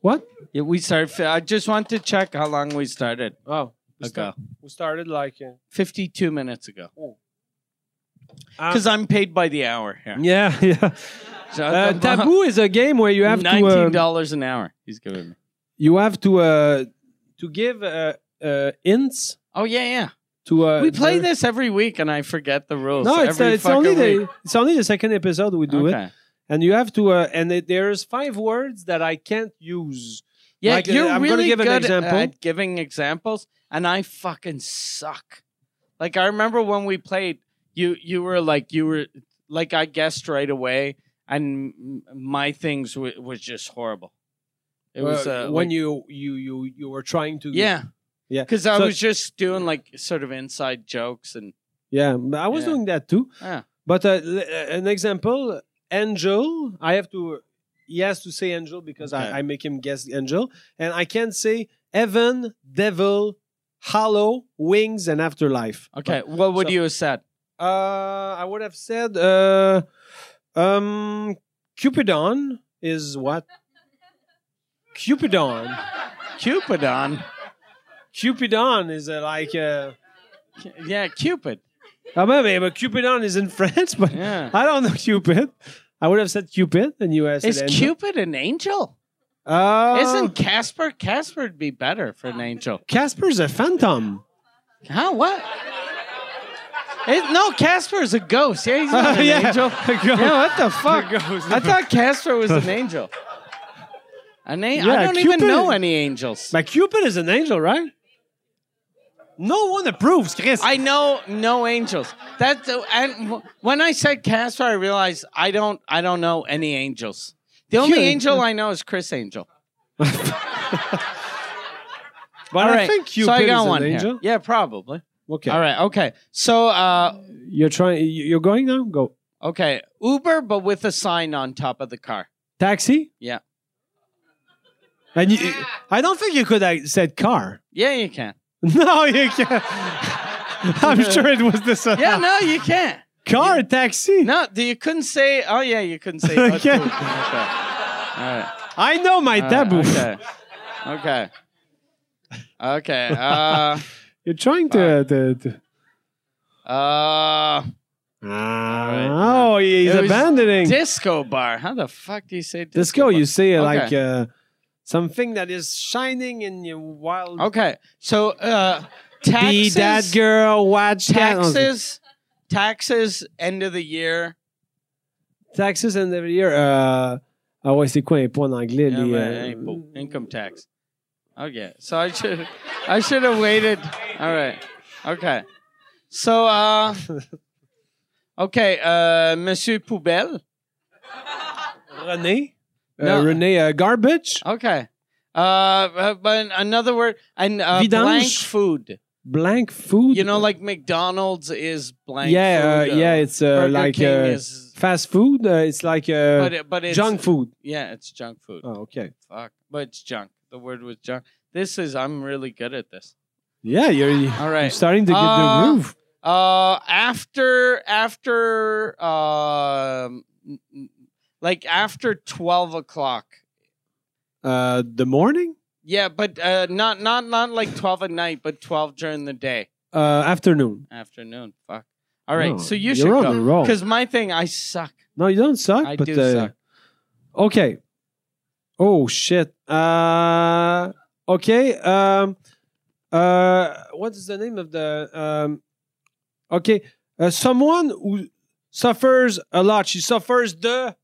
Speaker 1: What?
Speaker 2: Yeah, we started. I just want to check how long we started
Speaker 1: Oh, we,
Speaker 2: ago.
Speaker 1: we started like. Uh,
Speaker 2: 52 minutes ago. Uh,
Speaker 1: Oh.
Speaker 2: Because I'm paid by the hour here.
Speaker 1: yeah, yeah. Uh, Taboo is a game where you have
Speaker 2: nineteen
Speaker 1: to uh,
Speaker 2: dollars an hour. He's giving me.
Speaker 1: you have to uh, to give uh, uh, hints
Speaker 2: Oh yeah, yeah.
Speaker 1: to. Uh,
Speaker 2: we play
Speaker 1: the-
Speaker 2: this every week, and I forget the rules.
Speaker 1: No, it's, uh,
Speaker 2: Oh, every
Speaker 1: it's only
Speaker 2: fucking
Speaker 1: the it's only the second episode we do
Speaker 2: week.
Speaker 1: it, and you have to. Uh, and it, there's five words that I can't use.
Speaker 2: Yeah,
Speaker 1: Like, uh,
Speaker 2: you're
Speaker 1: I'm gonna
Speaker 2: really
Speaker 1: give an
Speaker 2: good
Speaker 1: example.
Speaker 2: at giving examples, and I fucking suck. Like I remember when we played, you you were like you were like I guessed right away, and m- my things w- was just horrible. It was uh,
Speaker 1: when
Speaker 2: like-
Speaker 1: you you you you were trying to.
Speaker 2: yeah
Speaker 1: Yeah.
Speaker 2: because I
Speaker 1: So-
Speaker 2: was just doing like sort of inside jokes and
Speaker 1: yeah. but I was
Speaker 2: Yeah.
Speaker 1: doing that too.
Speaker 2: Yeah.
Speaker 1: But uh, l- uh, an example, Angel. I have to. He has to say Angel because
Speaker 2: Okay.
Speaker 1: I, I make him guess Angel, and I can't say Heaven, Devil, Hollow, Wings, and Afterlife.
Speaker 2: okay. what would
Speaker 1: so-
Speaker 2: you have said?
Speaker 1: Uh, I would have said uh, um, Cupidon is what? Cupidon.
Speaker 2: Cupidon.
Speaker 1: Cupidon is uh, like uh,
Speaker 2: Yeah, Cupid.
Speaker 1: I mean, but Cupidon is in France, but
Speaker 2: Yeah.
Speaker 1: I don't know Cupid. I would have said Cupid, and you would have said
Speaker 2: Is
Speaker 1: angel.
Speaker 2: Cupid an angel?
Speaker 1: Uh,
Speaker 2: Isn't Casper? Casper would be better for an angel.
Speaker 1: Casper's a phantom?
Speaker 2: Huh? What? It, no, Casper is a ghost. Yeah, he's not
Speaker 1: Uh,
Speaker 2: an
Speaker 1: yeah.
Speaker 2: angel. Yeah, what the fuck?
Speaker 1: ghost.
Speaker 2: I thought Casper was an angel. An a- I
Speaker 1: Yeah,
Speaker 2: don't
Speaker 1: Cupid-
Speaker 2: even know any angels.
Speaker 1: But Cupid is an angel, right? No one approves, Chris.
Speaker 2: I know no angels. That's and w- when I said Casper, I realized I don't I don't know any angels. The only
Speaker 1: Sure.
Speaker 2: angel I know is Chris Angel.
Speaker 1: but
Speaker 2: All
Speaker 1: I
Speaker 2: right,
Speaker 1: think Cupid
Speaker 2: so I got
Speaker 1: is
Speaker 2: one
Speaker 1: an
Speaker 2: here.
Speaker 1: angel.
Speaker 2: Yeah, probably.
Speaker 1: Okay.
Speaker 2: All right, okay. So uh,
Speaker 1: You're trying. you- You're going now. Go
Speaker 2: okay, Uber, but with a sign on top of the car.
Speaker 1: taxi.
Speaker 2: Yeah.
Speaker 1: And you, I don't think you could have said car.
Speaker 2: Yeah, you can.
Speaker 1: No, you can't. I'm sure it was this. uh,
Speaker 2: Yeah, no, you can't.
Speaker 1: car taxi.
Speaker 2: No, th- you couldn't say. Oh yeah, you couldn't say.
Speaker 1: Okay.
Speaker 2: oh, dude. Okay. All right.
Speaker 1: I know my
Speaker 2: all right,
Speaker 1: taboo.
Speaker 2: Uh, Okay. Okay. Okay. Uh,
Speaker 1: You're trying to. to, to
Speaker 2: uh,
Speaker 1: oh, he's
Speaker 2: It was
Speaker 1: abandoning.
Speaker 2: disco bar. How the fuck do you say disco?
Speaker 1: Let's go.
Speaker 2: bar?
Speaker 1: You say uh,
Speaker 2: Okay.
Speaker 1: like uh, something that is shining in your wild.
Speaker 2: Okay. So uh, taxes.
Speaker 1: Be that girl. Watch that-
Speaker 2: Taxes. Taxes. End of the year.
Speaker 1: Taxes and every year. Uh, ah ouais, c'est quoi impôt en anglais?
Speaker 2: Yeah,
Speaker 1: les,
Speaker 2: but
Speaker 1: euh,
Speaker 2: income- income tax. Okay. So I should. I should have waited. All right. Okay. So. uh Okay, uh, Monsieur Poubelle.
Speaker 1: René?
Speaker 2: No.
Speaker 1: Uh, René uh, Garbage?
Speaker 2: Okay. Uh, Uh, but another word and uh,
Speaker 1: Vidange.
Speaker 2: blank food.
Speaker 1: Blank food?
Speaker 2: You know, like McDonald's is blank.
Speaker 1: Yeah,
Speaker 2: food,
Speaker 1: uh, yeah, it's uh,
Speaker 2: Burger
Speaker 1: like
Speaker 2: King
Speaker 1: uh,
Speaker 2: is,
Speaker 1: fast food. Uh, it's like uh,
Speaker 2: but it, but it's
Speaker 1: junk food.
Speaker 2: Yeah, it's junk food.
Speaker 1: Oh, okay.
Speaker 2: Fuck, but it's junk. The word was junk. This is I'm really good at this.
Speaker 1: Yeah, you're, you're
Speaker 2: All right.
Speaker 1: starting to get
Speaker 2: Uh,
Speaker 1: the groove.
Speaker 2: Uh, after after um, n- n- like after twelve o'clock.
Speaker 1: Uh, the morning?
Speaker 2: Yeah, but uh, not not not like twelve at night, but twelve during the day.
Speaker 1: Uh, afternoon.
Speaker 2: afternoon. Fuck. All right,
Speaker 1: No,
Speaker 2: so you
Speaker 1: you're
Speaker 2: should
Speaker 1: on
Speaker 2: go
Speaker 1: a roll.
Speaker 2: because my thing, I suck.
Speaker 1: No, you don't suck.
Speaker 2: I
Speaker 1: but,
Speaker 2: do
Speaker 1: uh,
Speaker 2: suck.
Speaker 1: Okay. Oh shit. Uh, okay. Um, uh, what is the name of the? Um, okay, uh, someone who suffers a lot. She suffers the.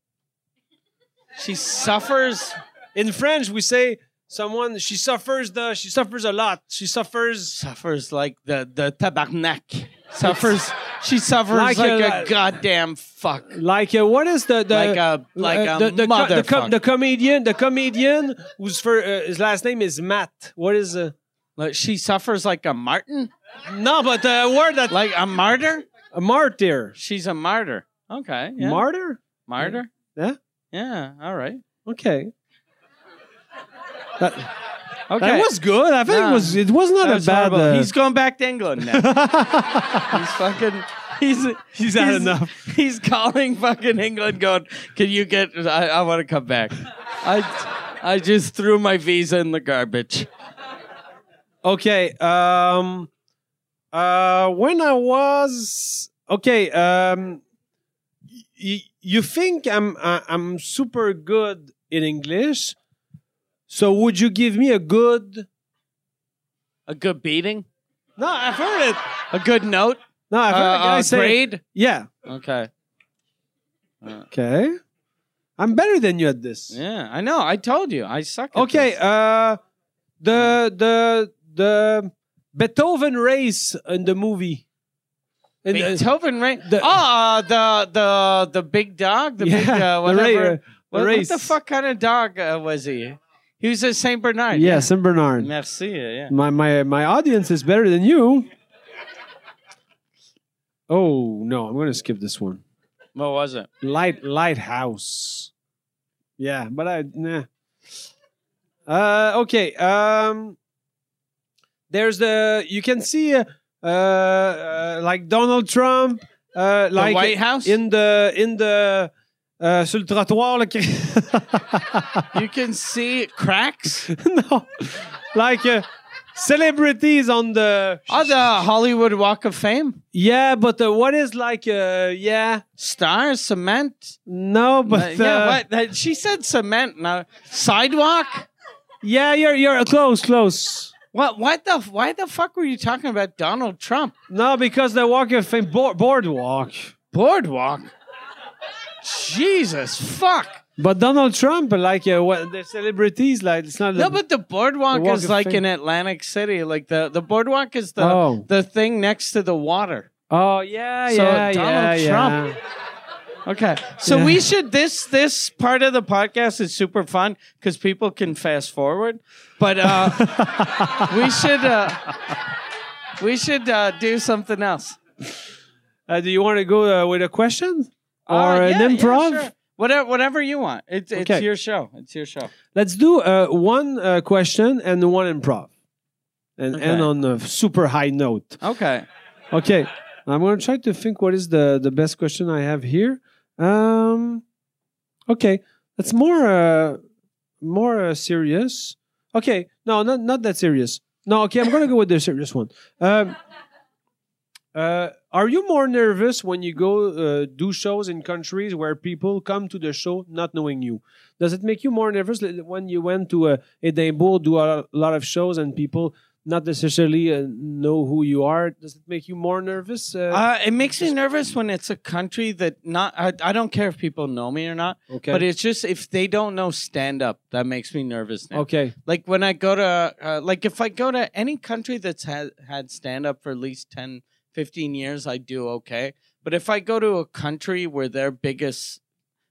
Speaker 2: She suffers.
Speaker 1: In French, we say someone. She suffers the. She suffers a lot. She suffers.
Speaker 2: Suffers like the the tabarnak. Suffers. She suffers
Speaker 1: Like
Speaker 2: like,
Speaker 1: a-
Speaker 2: a, goddamn fuck.
Speaker 1: Like uh, what is the the
Speaker 2: like a like
Speaker 1: uh,
Speaker 2: a
Speaker 1: the, the, co- the,
Speaker 2: motherfucker.
Speaker 1: co- the comedian the comedian whose fir- uh, his last name is Matt. What is uh,
Speaker 2: Like, she suffers like a martin.
Speaker 1: no? But the word that
Speaker 2: Like a martyr.
Speaker 1: a martyr.
Speaker 2: She's a martyr. Okay. Yeah.
Speaker 1: Martyr?
Speaker 2: martyr.
Speaker 1: Yeah.
Speaker 2: Yeah. All right.
Speaker 1: Okay. That,
Speaker 2: Okay.
Speaker 1: that was good. I think
Speaker 2: No.
Speaker 1: it was it was not
Speaker 2: That
Speaker 1: a
Speaker 2: was
Speaker 1: bad
Speaker 2: horrible.
Speaker 1: uh,
Speaker 2: He's going back to England now. He's fucking. He's
Speaker 1: He's had enough.
Speaker 2: He's calling fucking England, going, "Can you get? I, I want to come back. I I just threw my visa in the garbage.
Speaker 1: Okay. Um uh when I was okay, um y- y- you think I'm I, I'm super good in English, so would you give me a good?
Speaker 2: A good beating?
Speaker 1: No, I've heard it.
Speaker 2: A good note?
Speaker 1: No, I've
Speaker 2: Uh,
Speaker 1: heard the guy
Speaker 2: uh,
Speaker 1: say,
Speaker 2: grade?
Speaker 1: "Yeah,
Speaker 2: Okay.
Speaker 1: okay, I'm better than you at this."
Speaker 2: Yeah, I know. I told you. I suck at
Speaker 1: Okay,
Speaker 2: this.
Speaker 1: uh, the the the Beethoven race in the movie. In the-
Speaker 2: Beethoven, right?
Speaker 1: the-
Speaker 2: oh, uh, the the the big dog, the big
Speaker 1: Yeah,
Speaker 2: uh,
Speaker 1: the ra-
Speaker 2: whatever.
Speaker 1: uh, the
Speaker 2: what, what
Speaker 1: race.
Speaker 2: the fuck kind of dog uh, was he? He was a Saint Bernard.
Speaker 1: Yeah, Saint Bernard.
Speaker 2: Merci. Yeah.
Speaker 1: My my my audience is better than you. Oh no, I'm gonna skip this one.
Speaker 2: What was it?
Speaker 1: Light lighthouse. Yeah, but I nah. Uh, okay. Um, there's the you can see uh, uh, uh like Donald Trump uh
Speaker 2: The
Speaker 1: like
Speaker 2: White House.
Speaker 1: in the in the uh, sur le trottoir le cri-
Speaker 2: you can see cracks.
Speaker 1: no like uh, celebrities on the
Speaker 2: Oh, the Hollywood Walk of Fame.
Speaker 1: yeah but uh, what is like uh, yeah
Speaker 2: Stars, cement.
Speaker 1: no but
Speaker 2: Uh, yeah,
Speaker 1: uh,
Speaker 2: what? That- She said cement. Now sidewalk.
Speaker 1: yeah you're you're close close
Speaker 2: What? What the? Why the fuck were you talking about Donald Trump?
Speaker 1: no because the walk of fame board, boardwalk
Speaker 2: Boardwalk. Jesus fuck.
Speaker 1: but Donald Trump like uh, what the celebrities like it's not
Speaker 2: No, but the boardwalk
Speaker 1: the walk
Speaker 2: is
Speaker 1: of
Speaker 2: like
Speaker 1: fame.
Speaker 2: in Atlantic City. Like the, the boardwalk is the
Speaker 1: Oh.
Speaker 2: the thing next to the water.
Speaker 1: oh yeah
Speaker 2: So
Speaker 1: yeah
Speaker 2: Donald
Speaker 1: yeah
Speaker 2: Trump.
Speaker 1: yeah
Speaker 2: Okay. So
Speaker 1: Yeah.
Speaker 2: we should this this part of the podcast is super fun because people can fast forward. But uh, we should uh, we should uh, do something else.
Speaker 1: uh, do you want to go uh, with a question or
Speaker 2: Uh, yeah,
Speaker 1: an
Speaker 2: yeah,
Speaker 1: improv
Speaker 2: sure. Whatever whatever you want. It's it's
Speaker 1: Okay.
Speaker 2: your show. It's your show.
Speaker 1: Let's do uh, one uh, question and one improv, and
Speaker 2: Okay.
Speaker 1: end on a super high note.
Speaker 2: Okay.
Speaker 1: Okay, I'm gonna try to think what is the the best question I have here. Um, okay, that's more uh, more uh, serious. Okay, no, not not that serious. No, okay, I'm gonna go with the serious one. Um, uh, are you more nervous when you go uh, do shows in countries where people come to the show not knowing you? Does it make you more nervous li- when you went to uh, Edinburgh, do a lot of shows, and people not necessarily uh, know who you are? Does it make you more nervous? Uh,
Speaker 2: Uh, it makes me nervous when it's a country that not I, I don't care if people know me or not.
Speaker 1: okay.
Speaker 2: But it's just if they don't know stand up, that makes me nervous. Now.
Speaker 1: okay.
Speaker 2: Like when I go to, uh, like if I go to any country that's had, had stand up for at least 10, 15 years, I do okay. But if I go to a country where their biggest,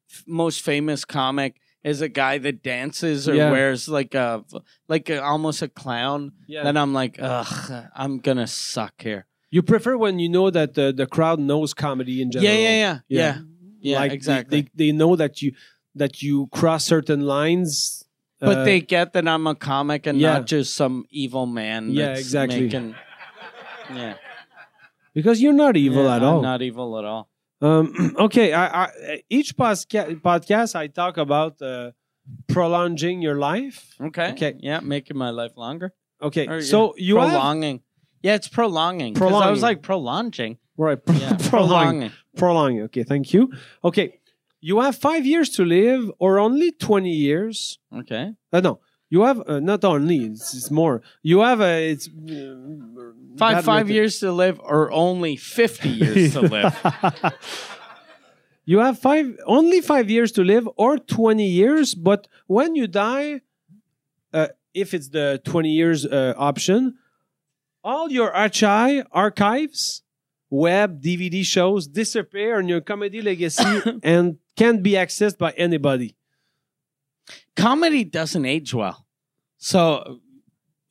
Speaker 2: f- most famous comic is a guy that dances or
Speaker 1: Yeah.
Speaker 2: wears like a, like a, almost a clown,
Speaker 1: Yeah.
Speaker 2: then I'm like, ugh, I'm gonna suck here.
Speaker 1: you prefer when you know that the, the crowd knows comedy in
Speaker 2: Yeah,
Speaker 1: general.
Speaker 2: yeah, yeah, yeah, yeah.
Speaker 1: like they-
Speaker 2: exactly.
Speaker 1: They, they, know that you that you cross certain lines.
Speaker 2: But
Speaker 1: uh,
Speaker 2: they get that I'm a comic and
Speaker 1: yeah.
Speaker 2: not just some evil man.
Speaker 1: Yeah,
Speaker 2: that's
Speaker 1: exactly.
Speaker 2: Making, yeah,
Speaker 1: because you're not evil
Speaker 2: Yeah,
Speaker 1: at
Speaker 2: I'm
Speaker 1: all.
Speaker 2: Not evil at all.
Speaker 1: Um, okay, I, I, each posca- podcast I talk about uh, prolonging your life.
Speaker 2: Okay.
Speaker 1: Okay.
Speaker 2: Yeah, making my life longer.
Speaker 1: Okay,
Speaker 2: Or, yeah,
Speaker 1: so you have
Speaker 2: prolonging. Yeah, it's prolonging. 'Cause I
Speaker 1: Prolonging.
Speaker 2: was like prolonging.
Speaker 1: right
Speaker 2: Yeah,
Speaker 1: prolong
Speaker 2: prolonging.
Speaker 1: prolong. Okay, thank you. Okay, you have five years to live, or only twenty years.
Speaker 2: Okay.
Speaker 1: Uh, no, you have uh, not only it's, it's more. You have uh, it's uh, bad
Speaker 2: Five five
Speaker 1: with-
Speaker 2: years to live, or only fifty years to live.
Speaker 1: you have five only five years to live or 20 years but when you die uh, if it's the 20 years uh, option all your archi- archives web dvd shows disappear on your comedy legacy and can't be accessed by anybody
Speaker 2: Comedy doesn't age well, so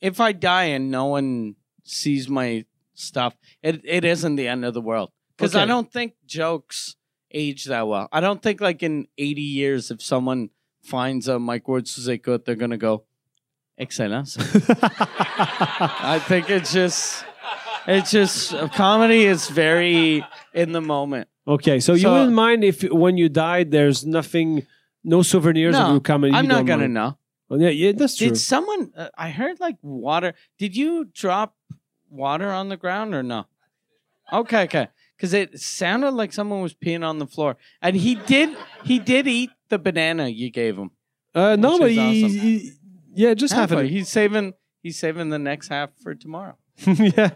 Speaker 2: if I die and no one sees my stuff, it, it isn't the end of the world because I
Speaker 1: Okay.
Speaker 2: don't think jokes age that well. I don't think like in eighty years, if someone finds a Mike Ward Suzekut, they're gonna go, excellent. I think it's just it's just comedy is very in the moment.
Speaker 1: okay so, you
Speaker 2: So-
Speaker 1: wouldn't mind if when you died there's nothing no souvenirs
Speaker 2: No,
Speaker 1: of your comedy
Speaker 2: I'm
Speaker 1: you
Speaker 2: not
Speaker 1: don't
Speaker 2: gonna
Speaker 1: mind.
Speaker 2: know.
Speaker 1: Oh, yeah, yeah that's true
Speaker 2: Did someone? Uh, I heard like water. Did you drop water on the ground or no? Okay, okay. because it sounded like someone was peeing on the floor. And he did he did eat the banana you gave him.
Speaker 1: Uh, no,
Speaker 2: Which
Speaker 1: but
Speaker 2: is
Speaker 1: he,
Speaker 2: awesome.
Speaker 1: he- yeah, just half of
Speaker 2: Halfway.
Speaker 1: it.
Speaker 2: He's saving he's saving the next half for tomorrow.
Speaker 1: yeah.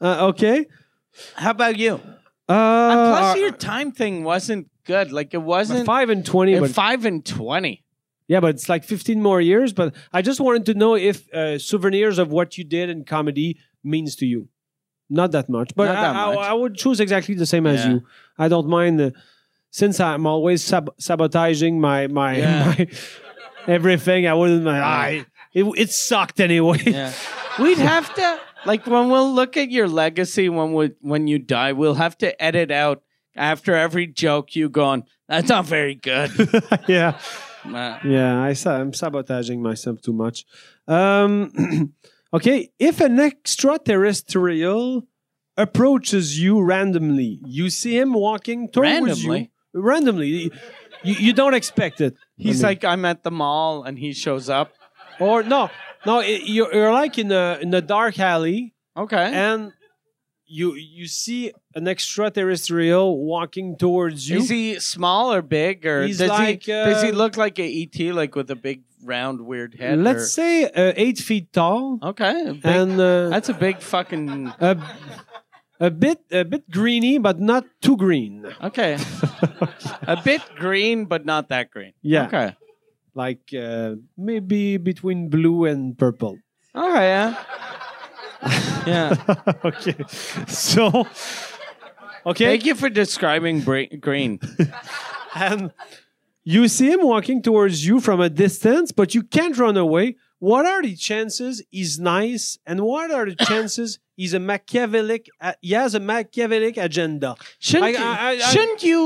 Speaker 1: Uh, okay.
Speaker 2: How about you?
Speaker 1: Uh,
Speaker 2: and plus,
Speaker 1: uh,
Speaker 2: your time thing wasn't good. Like it wasn't
Speaker 1: five and twenty,
Speaker 2: uh,
Speaker 1: but
Speaker 2: five and twenty.
Speaker 1: yeah, but it's like fifteen more years. But I just wanted to know if uh, souvenirs of what you did in comedy means to you. Not that much, but
Speaker 2: Not
Speaker 1: I,
Speaker 2: that
Speaker 1: I-
Speaker 2: much.
Speaker 1: I would choose exactly the same as
Speaker 2: Yeah.
Speaker 1: you. I don't mind uh, since I'm always sab- sabotaging my my,
Speaker 2: Yeah.
Speaker 1: my everything. I wouldn't. I it, it sucked anyway.
Speaker 2: Yeah. We'd have to like when we'll look at your legacy when we, when you die, we'll have to edit out after every joke you going, that's not very good.
Speaker 1: yeah.
Speaker 2: Uh,
Speaker 1: Yeah, I sa- I'm sabotaging myself too much. Um, okay, if an extraterrestrial approaches you randomly, you see him walking towards
Speaker 2: Randomly?
Speaker 1: you. Randomly, you, you don't expect it.
Speaker 2: He's
Speaker 1: I mean-
Speaker 2: like, I'm at the mall, and he shows up.
Speaker 1: or no, no, i you're, you're like in a in a dark alley,
Speaker 2: Okay.
Speaker 1: and you you see an extraterrestrial walking towards you.
Speaker 2: Is he small or big, or
Speaker 1: He's
Speaker 2: does
Speaker 1: like,
Speaker 2: he does he
Speaker 1: uh,
Speaker 2: look like a ET, like with a big round weird head?
Speaker 1: Let's
Speaker 2: or-
Speaker 1: say uh, eight feet tall,
Speaker 2: Okay. a big-
Speaker 1: and uh,
Speaker 2: that's a big fucking.
Speaker 1: a, a bit a bit greeny, but not too green.
Speaker 2: Okay. a bit green, but not that green.
Speaker 1: Yeah,
Speaker 2: Okay.
Speaker 1: like uh, maybe between blue and purple.
Speaker 2: All right. Yeah. yeah.
Speaker 1: okay, so okay,
Speaker 2: Thank you for describing bra- green.
Speaker 1: and you see him walking towards you from a distance, but you can't run away. What are the chances he's nice, and what are the chances he's a Machiavellic? Uh, he has a Machiavellic agenda.
Speaker 2: Shouldn't
Speaker 1: I- I- I-
Speaker 2: you, shouldn't you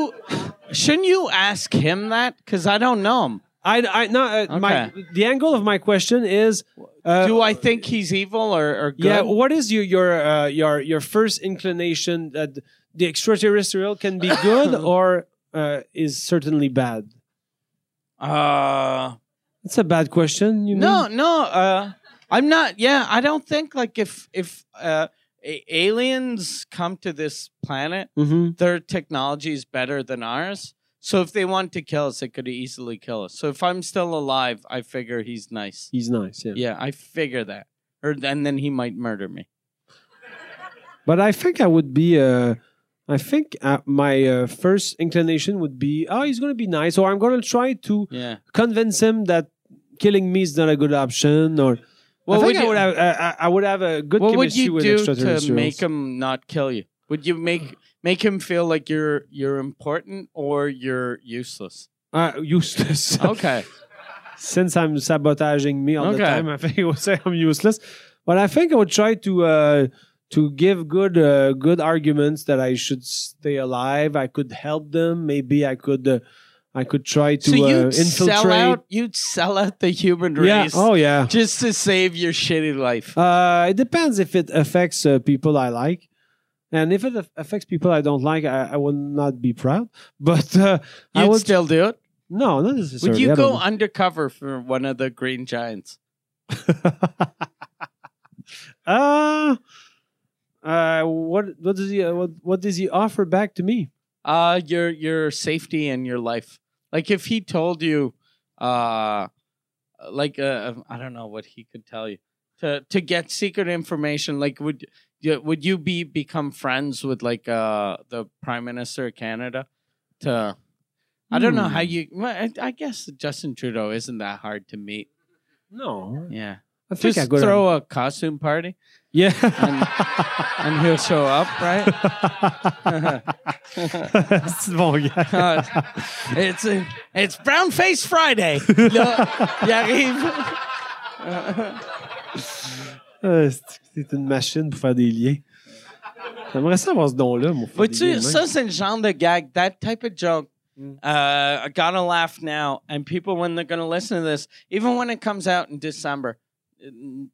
Speaker 2: shouldn't you ask him that? Because I don't know him.
Speaker 1: I, I no. Uh, My
Speaker 2: Okay.
Speaker 1: the angle of my question is. Uh,
Speaker 2: Do I think he's evil or, or good?
Speaker 1: Yeah, what is your your uh, your your first inclination that the extraterrestrial can be good or uh, is certainly bad?
Speaker 2: Uh,
Speaker 1: It's a bad question. You
Speaker 2: No,
Speaker 1: mean?
Speaker 2: no, uh, I'm not. Yeah, I don't think like if if uh, a- aliens come to this planet,
Speaker 1: Mhm.
Speaker 2: their technology is better than ours. So if they want to kill us, they could easily kill us. So if I'm still alive, I figure he's nice.
Speaker 1: He's nice, yeah.
Speaker 2: Yeah, I figure that. Or and then he might murder me.
Speaker 1: But I think I would be. Uh, I think uh, my uh, first inclination would be, oh, he's gonna be nice, or I'm gonna try to
Speaker 2: Yeah.
Speaker 1: convince him that killing me is not a good option, or. I
Speaker 2: What
Speaker 1: think
Speaker 2: would
Speaker 1: I
Speaker 2: you-
Speaker 1: would have. I, I- I would have a good
Speaker 2: What would
Speaker 1: chemistry
Speaker 2: you
Speaker 1: with
Speaker 2: do
Speaker 1: extraterrestrials.
Speaker 2: to make him not kill you? Would you make make him feel like you're you're important or you're useless?
Speaker 1: uh, useless.
Speaker 2: Okay.
Speaker 1: since I'm sabotaging me all the
Speaker 2: Okay.
Speaker 1: time, I think you would say I'm useless. But I think I would try to uh, to give good uh, good arguments that I should stay alive. I could help them. Maybe I could uh, I could try to
Speaker 2: so
Speaker 1: uh,
Speaker 2: you'd
Speaker 1: infiltrate.
Speaker 2: sell out you'd sell out the human
Speaker 1: yeah.
Speaker 2: race
Speaker 1: Oh yeah.
Speaker 2: just to save your shitty life
Speaker 1: Uh, it depends if it affects uh, people I like. And if it aff- affects people I don't like, I, I would not be proud. But uh, I
Speaker 2: you'd
Speaker 1: would
Speaker 2: still do it
Speaker 1: no, not
Speaker 2: would
Speaker 1: necessarily.
Speaker 2: you
Speaker 1: I
Speaker 2: go
Speaker 1: don't-
Speaker 2: undercover for one of the green giants
Speaker 1: uh, uh, what what does he uh, what what does he offer back to me?
Speaker 2: uh your your safety and your life like if he told you uh like uh, i don't know what he could tell you to to get secret information like would you would you be become friends with like uh the prime minister of canada to I don't know how
Speaker 1: Hmm.
Speaker 2: you. Well, I, I guess Justin Trudeau isn't that hard to meet.
Speaker 1: No,
Speaker 2: Yeah,
Speaker 1: I think
Speaker 2: just
Speaker 1: I go
Speaker 2: throw a costume party
Speaker 1: Yeah,
Speaker 2: and he'll show up, right?
Speaker 1: C'est bon gars.
Speaker 2: Uh, it's uh, it's brown face Friday. Le- J'arrive.
Speaker 1: Euh, c'est- C'est une machine pour faire des liens. J'aimerais ça avoir ce don-là, mon frère.
Speaker 2: But tu, ça c'est le genre de gag, that type of joke.
Speaker 1: Mm.
Speaker 2: Uh, I gotta laugh now, and people when they're gonna listen to this, even when it comes out in December,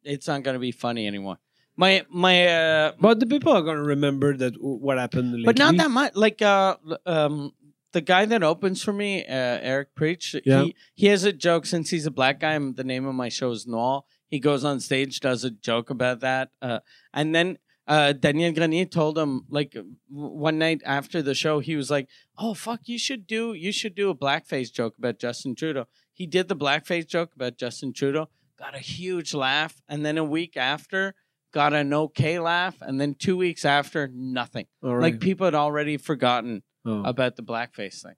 Speaker 2: it's not gonna be funny anymore. My my uh,
Speaker 1: But the people are gonna remember that what happened lately.
Speaker 2: But not that much. Like uh, l- um, the guy that opens for me, uh, Eric Preach.
Speaker 1: Yeah.
Speaker 2: He he has a joke since he's a black guy. and The name of my show is Noel. He goes on stage, does a joke about that, uh, and then uh, Daniel Grenier told him like w- one night after the show, he was like, "Oh fuck, you should do you should do a blackface joke about Justin Trudeau." He did the blackface joke about Justin Trudeau, got a huge laugh, and then a week after got an okay laugh, and then two weeks after nothing.
Speaker 1: All
Speaker 2: Like people had already forgotten
Speaker 1: Oh.
Speaker 2: about the blackface thing,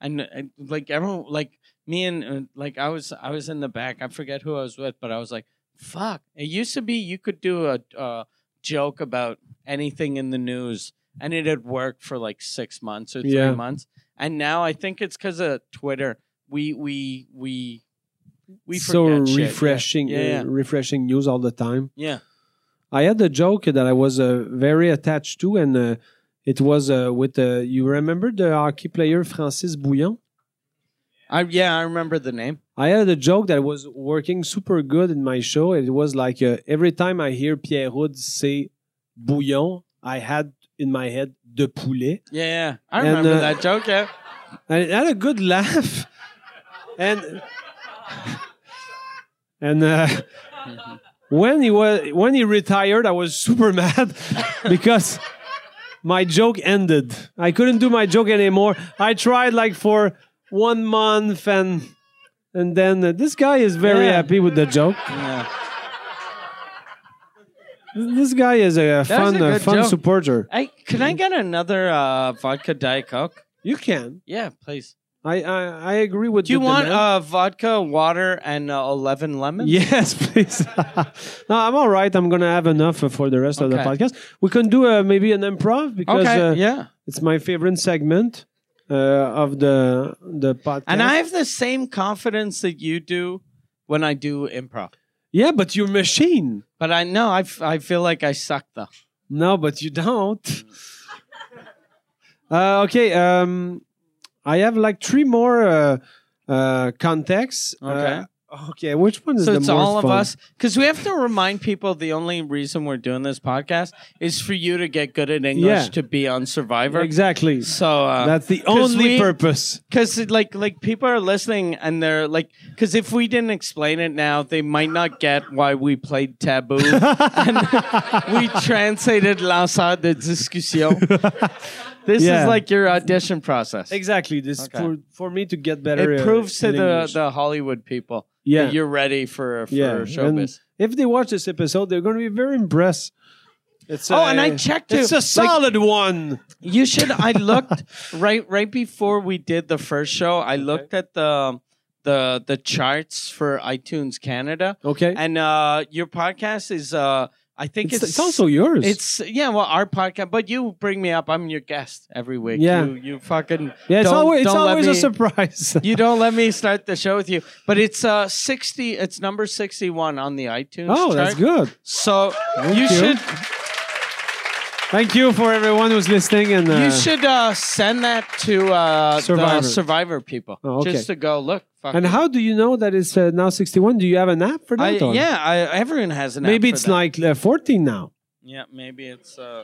Speaker 2: and, and like everyone, like me and uh, like I was, I was in the back. I forget who I was with, but I was like, "Fuck!" It used to be you could do a, a joke about anything in the news, and it had worked for like six months or three
Speaker 1: Yeah.
Speaker 2: months, and now I think it's because of Twitter. We we we we
Speaker 1: so
Speaker 2: forget shit. Yeah.
Speaker 1: refreshing,
Speaker 2: Yeah,
Speaker 1: uh,
Speaker 2: yeah,
Speaker 1: refreshing news all the time.
Speaker 2: yeah.
Speaker 1: I had a joke that I was uh, very attached to, and uh, it was uh, with uh, you remember the hockey player Francis Bouillon.
Speaker 2: I yeah, I remember the name.
Speaker 1: I had a joke that was working super good in my show. It was like uh, every time I hear Pierre Hood say Bouillon, I had in my head de poulet.
Speaker 2: Yeah, yeah. I
Speaker 1: And,
Speaker 2: remember
Speaker 1: uh,
Speaker 2: that joke. Yeah,
Speaker 1: And it had a good laugh. And and uh, when he was when he retired, I was super mad because my joke ended. I couldn't do my joke anymore. I tried like for one month and and then uh, this guy is very
Speaker 2: Yeah.
Speaker 1: happy with the joke.
Speaker 2: yeah.
Speaker 1: This guy is a fun,
Speaker 2: a
Speaker 1: uh,
Speaker 2: good
Speaker 1: fun
Speaker 2: joke.
Speaker 1: supporter.
Speaker 2: I can
Speaker 1: Mm-hmm.
Speaker 2: I get another uh, vodka diet coke?
Speaker 1: You can.
Speaker 2: Yeah, please.
Speaker 1: I I, I agree with
Speaker 2: Do you
Speaker 1: the
Speaker 2: want
Speaker 1: demand.
Speaker 2: uh, vodka, water, and uh, eleven lemons?
Speaker 1: Yes, please. no, I'm all right. I'm gonna have enough uh, for the rest of the
Speaker 2: Okay.
Speaker 1: podcast. We can do uh, maybe an improv because
Speaker 2: Okay.
Speaker 1: uh,
Speaker 2: yeah.
Speaker 1: it's my favorite segment uh, of the the podcast.
Speaker 2: And I have the same confidence that you do when I do improv.
Speaker 1: yeah, but you're machine.
Speaker 2: But I know I, f- I feel like I suck though.
Speaker 1: No, but you don't. uh, okay. Um, I have like three more uh, uh, contexts.
Speaker 2: Okay.
Speaker 1: Uh, okay. Which one is
Speaker 2: So
Speaker 1: the
Speaker 2: it's
Speaker 1: most
Speaker 2: all of
Speaker 1: fun?
Speaker 2: us because we have to remind people the only reason we're doing this podcast is for you to get good at English
Speaker 1: Yeah.
Speaker 2: to be on Survivor.
Speaker 1: Exactly.
Speaker 2: So uh,
Speaker 1: That's the
Speaker 2: 'cause
Speaker 1: only
Speaker 2: we-
Speaker 1: purpose.
Speaker 2: because like like people are listening and they're like because if we didn't explain it now they might not get why we played taboo and we translated l'ensemble de discussion this
Speaker 1: Yeah.
Speaker 2: is like your audition process
Speaker 1: Exactly. This
Speaker 2: Okay.
Speaker 1: for, for me to get better.
Speaker 2: it
Speaker 1: uh,
Speaker 2: proves to
Speaker 1: in
Speaker 2: the,
Speaker 1: English.
Speaker 2: the hollywood people
Speaker 1: yeah
Speaker 2: that you're ready for for
Speaker 1: yeah. And
Speaker 2: showbiz
Speaker 1: if they watch this episode, they're going to be very impressed. It's
Speaker 2: Oh,
Speaker 1: a-
Speaker 2: and I checked
Speaker 1: It's
Speaker 2: too.
Speaker 1: a solid one.
Speaker 2: You should. I looked right right before we did the first show. I looked at the the the charts for iTunes Canada,
Speaker 1: Okay,
Speaker 2: and uh, your podcast is. Uh, I think
Speaker 1: it's,
Speaker 2: it's,
Speaker 1: it's, also yours.
Speaker 2: It's yeah, well, our podcast, but you bring me up. I'm your guest every week.
Speaker 1: Yeah.
Speaker 2: you, you fucking
Speaker 1: yeah. It's
Speaker 2: don't-
Speaker 1: always it's
Speaker 2: don't let
Speaker 1: always a
Speaker 2: me-
Speaker 1: surprise.
Speaker 2: You don't let me start the show with you, but it's uh sixty. It's number sixty one on the iTunes.
Speaker 1: oh, that's
Speaker 2: chart.
Speaker 1: good.
Speaker 2: So
Speaker 1: you.
Speaker 2: you, should
Speaker 1: Thank you for everyone who's listening. And uh,
Speaker 2: you should uh send that to uh
Speaker 1: Survivor.
Speaker 2: the Survivor people
Speaker 1: Oh, okay.
Speaker 2: just to go look. Fuck
Speaker 1: And
Speaker 2: it.
Speaker 1: how do you know that it's uh, now sixty-one? Do you have an app for
Speaker 2: I,
Speaker 1: that? or-
Speaker 2: yeah, I, everyone has an. app
Speaker 1: Maybe
Speaker 2: for
Speaker 1: it's
Speaker 2: that.
Speaker 1: like uh, fourteen now.
Speaker 2: yeah, maybe it's uh.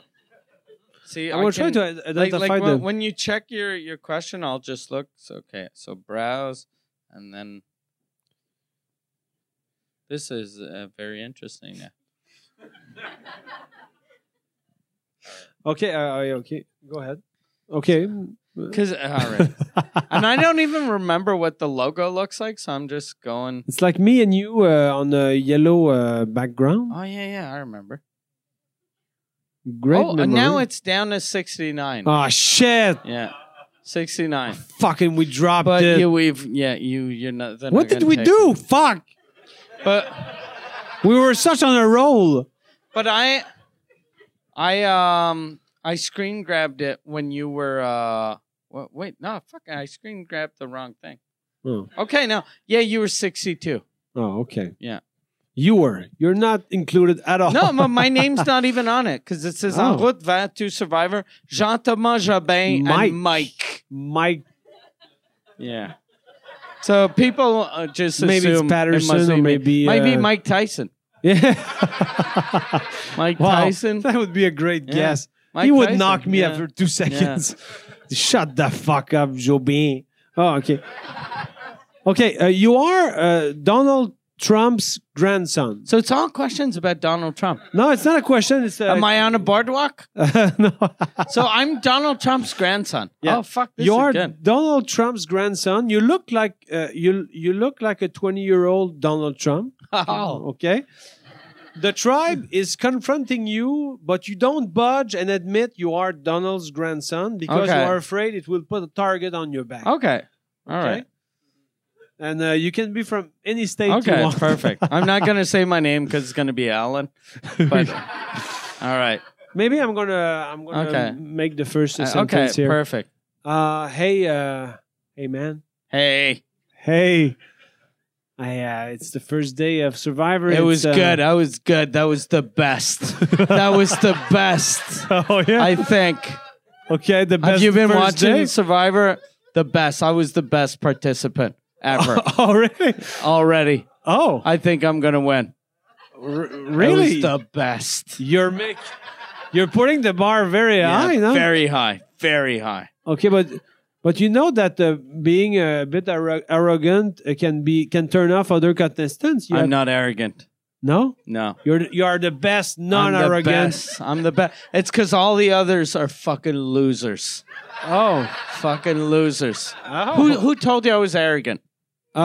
Speaker 2: See,
Speaker 1: I
Speaker 2: I
Speaker 1: will try
Speaker 2: can-
Speaker 1: to i-
Speaker 2: like,
Speaker 1: identify
Speaker 2: like
Speaker 1: the.
Speaker 2: when, when you check your your question i'll just look so, okay so browse and then this is uh, very interesting yeah.
Speaker 1: okay, uh, uh, okay, go ahead. Okay.
Speaker 2: cuz uh, all right and i don't even remember what the logo looks like so i'm just going
Speaker 1: It's like me and you uh, on a yellow uh, background.
Speaker 2: oh yeah yeah i remember
Speaker 1: Great
Speaker 2: oh
Speaker 1: memory.
Speaker 2: and now it's down to 69
Speaker 1: Oh shit!
Speaker 2: yeah 69
Speaker 1: Fucking, we dropped
Speaker 2: but
Speaker 1: it.
Speaker 2: you we've yeah you you're not they're
Speaker 1: what
Speaker 2: not
Speaker 1: did
Speaker 2: gonna
Speaker 1: we
Speaker 2: take-
Speaker 1: do? Fuck!
Speaker 2: but
Speaker 1: We were such on a roll.
Speaker 2: But I, I um, I screen grabbed it when you were uh. What, wait, no, fuck! I screen grabbed the wrong thing.
Speaker 1: Oh,
Speaker 2: Okay, no, yeah, you were sixty-two.
Speaker 1: oh, okay.
Speaker 2: Yeah.
Speaker 1: You were. You're not included at all.
Speaker 2: No, my, my name's not even on it because it says
Speaker 1: Oh.
Speaker 2: En route vers to survivor Jean Thomas Jabin
Speaker 1: Mike.
Speaker 2: and Mike.
Speaker 1: Mike.
Speaker 2: Yeah. So people uh, just
Speaker 1: Maybe it's
Speaker 2: assume it
Speaker 1: Patterson
Speaker 2: must
Speaker 1: or
Speaker 2: be me.
Speaker 1: maybe,
Speaker 2: might be
Speaker 1: uh,
Speaker 2: Mike Tyson.
Speaker 1: Yeah.
Speaker 2: Mike
Speaker 1: wow.
Speaker 2: Tyson.
Speaker 1: That would be a great
Speaker 2: Yeah.
Speaker 1: guess.
Speaker 2: Mike
Speaker 1: he would
Speaker 2: Tyson,
Speaker 1: knock me
Speaker 2: yeah.
Speaker 1: after two seconds. Shut the fuck up, Jobin. Oh, okay. Okay, uh, you are uh, Donald Trump's grandson.
Speaker 2: So it's all questions about Donald Trump.
Speaker 1: No, it's not a question. It's a,
Speaker 2: Am I on a boardwalk?
Speaker 1: no.
Speaker 2: So I'm Donald Trump's grandson.
Speaker 1: Yeah.
Speaker 2: Oh fuck, this
Speaker 1: you are
Speaker 2: is good.
Speaker 1: Donald Trump's grandson. You look like uh, you you look like a 20-year-old Donald Trump.
Speaker 2: Oh.
Speaker 1: Okay. The tribe is confronting you, but you don't budge and admit you are Donald's grandson because
Speaker 2: Okay.
Speaker 1: you are afraid it will put a target on your back.
Speaker 2: Oh. Okay. All
Speaker 1: Okay?
Speaker 2: right.
Speaker 1: And uh, you can be from any state you
Speaker 2: Okay.
Speaker 1: want.
Speaker 2: Perfect. I'm not gonna say my name because it's gonna be Alan. But all right.
Speaker 1: Maybe I'm gonna I'm gonna
Speaker 2: Okay.
Speaker 1: make the first
Speaker 2: Uh, okay.
Speaker 1: sentence here.
Speaker 2: Perfect.
Speaker 1: Uh, hey, uh, hey, man.
Speaker 2: Hey,
Speaker 1: Hey. I, uh, it's the first day of Survivor.
Speaker 2: it
Speaker 1: It's,
Speaker 2: was
Speaker 1: uh,
Speaker 2: good. I was good. That was the best. that was the best.
Speaker 1: oh yeah.
Speaker 2: I think.
Speaker 1: okay, the best.
Speaker 2: Have you been
Speaker 1: first
Speaker 2: watching
Speaker 1: day?
Speaker 2: Survivor? The best. I was the best participant ever
Speaker 1: Oh really?
Speaker 2: already.
Speaker 1: Oh
Speaker 2: I think I'm gonna win.
Speaker 1: really?
Speaker 2: It was the best.
Speaker 1: You're make, you're putting the bar very high. No?
Speaker 2: Very high. Very high.
Speaker 1: okay, but but you know that uh, being a bit arro- arrogant uh, can be can turn off other contestants. You
Speaker 2: I'm
Speaker 1: have-
Speaker 2: not arrogant.
Speaker 1: No,
Speaker 2: No.
Speaker 1: you're the- you are the best non-arrogant.
Speaker 2: I'm the best. I'm the best. It's because all the others are fucking losers.
Speaker 1: Oh,
Speaker 2: Fucking losers.
Speaker 1: oh.
Speaker 2: Who who told you I was arrogant?
Speaker 1: Uh,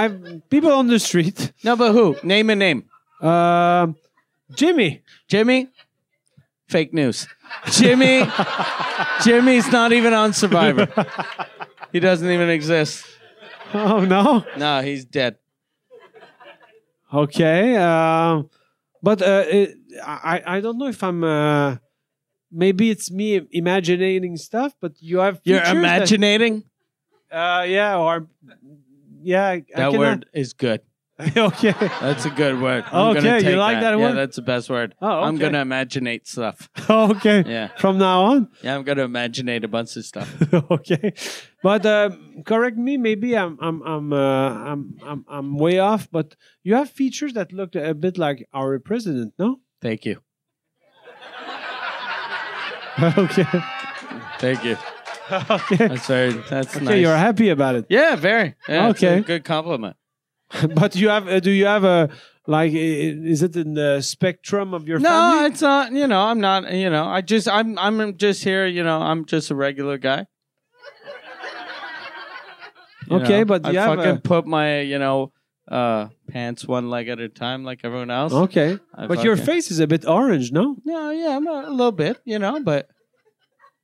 Speaker 1: I've people on the street.
Speaker 2: No, but who? Name a name.
Speaker 1: Um, Jimmy.
Speaker 2: Jimmy? Fake news. Jimmy Jimmy's not even on Survivor. He doesn't even exist.
Speaker 1: Oh no.
Speaker 2: No, he's dead.
Speaker 1: Okay. Um, but uh, it, I I don't know if I'm. Uh, maybe it's me imagining stuff, but you have.
Speaker 2: You're
Speaker 1: features
Speaker 2: imaginating?
Speaker 1: That, uh, yeah. Or yeah. I- I
Speaker 2: That
Speaker 1: cannot-
Speaker 2: word is good.
Speaker 1: okay.
Speaker 2: That's a good word. I'm gonna
Speaker 1: Okay, you
Speaker 2: take
Speaker 1: like that
Speaker 2: Yeah,
Speaker 1: word?
Speaker 2: that's the best word.
Speaker 1: Oh,
Speaker 2: I'm
Speaker 1: okay.
Speaker 2: gonna imaginate stuff.
Speaker 1: okay.
Speaker 2: Yeah,
Speaker 1: From now on.
Speaker 2: yeah, I'm gonna imaginate a bunch of stuff.
Speaker 1: okay. But um, correct me. Maybe I'm I'm I'm, uh, I'm I'm I'm way off. But you have features that look a bit like our president. No.
Speaker 2: Thank you,
Speaker 1: okay.
Speaker 2: thank you.
Speaker 1: Okay.
Speaker 2: That's very. That's
Speaker 1: Okay,
Speaker 2: nice.
Speaker 1: you're happy about it.
Speaker 2: yeah, very. Yeah, it's
Speaker 1: Okay.
Speaker 2: a good compliment.
Speaker 1: but you have uh, do you have a like i- is it in the spectrum of your
Speaker 2: No,
Speaker 1: family?
Speaker 2: it's not. You know, I'm not. You know, I just. I'm. I'm just here. You know, I'm just a regular guy. You
Speaker 1: Okay,
Speaker 2: know,
Speaker 1: but
Speaker 2: I
Speaker 1: you have
Speaker 2: fucking
Speaker 1: a-
Speaker 2: put my you know uh pants one leg at a time like everyone else.
Speaker 1: Okay.
Speaker 2: I
Speaker 1: But your
Speaker 2: fucking-
Speaker 1: face is a bit orange, no?
Speaker 2: No, yeah, I'm a, a little bit. You know, but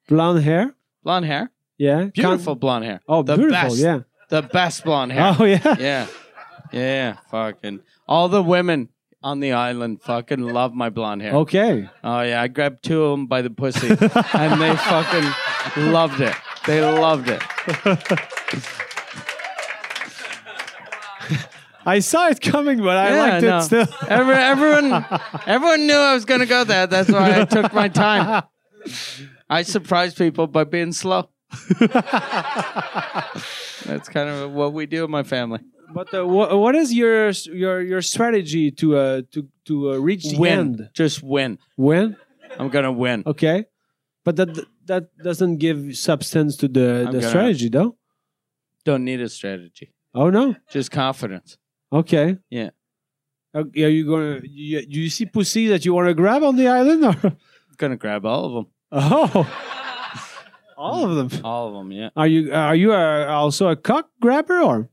Speaker 1: Blonde hair?
Speaker 2: blonde hair,
Speaker 1: Yeah. Can't-
Speaker 2: beautiful blonde hair.
Speaker 1: Oh,
Speaker 2: the
Speaker 1: beautiful.
Speaker 2: best.
Speaker 1: Yeah.
Speaker 2: The best blonde hair.
Speaker 1: Oh, yeah.
Speaker 2: yeah. Yeah. Fucking. All the women on the island fucking love my blonde hair.
Speaker 1: Okay.
Speaker 2: Oh, yeah. I grabbed two of them by the pussy and they fucking loved it. They loved it.
Speaker 1: I saw it coming, but I
Speaker 2: Yeah,
Speaker 1: liked
Speaker 2: no.
Speaker 1: it still.
Speaker 2: Every, everyone, everyone knew I was going to go there. That's why I took my time. I surprised people by being slow. That's kind of what we do in my family.
Speaker 1: But uh, wha what is your s- your your strategy to uh, to to uh, reach the end?
Speaker 2: Just win.
Speaker 1: When?
Speaker 2: I'm going to win.
Speaker 1: Okay. But that that doesn't give substance to the, the
Speaker 2: gonna-
Speaker 1: strategy, though.
Speaker 2: Don't need a strategy,
Speaker 1: Oh no.
Speaker 2: just confidence.
Speaker 1: Okay.
Speaker 2: Yeah.
Speaker 1: Okay, are you gonna? You, do you see pussy that you want to grab on the island? Or?
Speaker 2: Gonna grab all of them.
Speaker 1: Oh, all of them.
Speaker 2: All of them, yeah.
Speaker 1: Are you are you uh also a cock grabber or?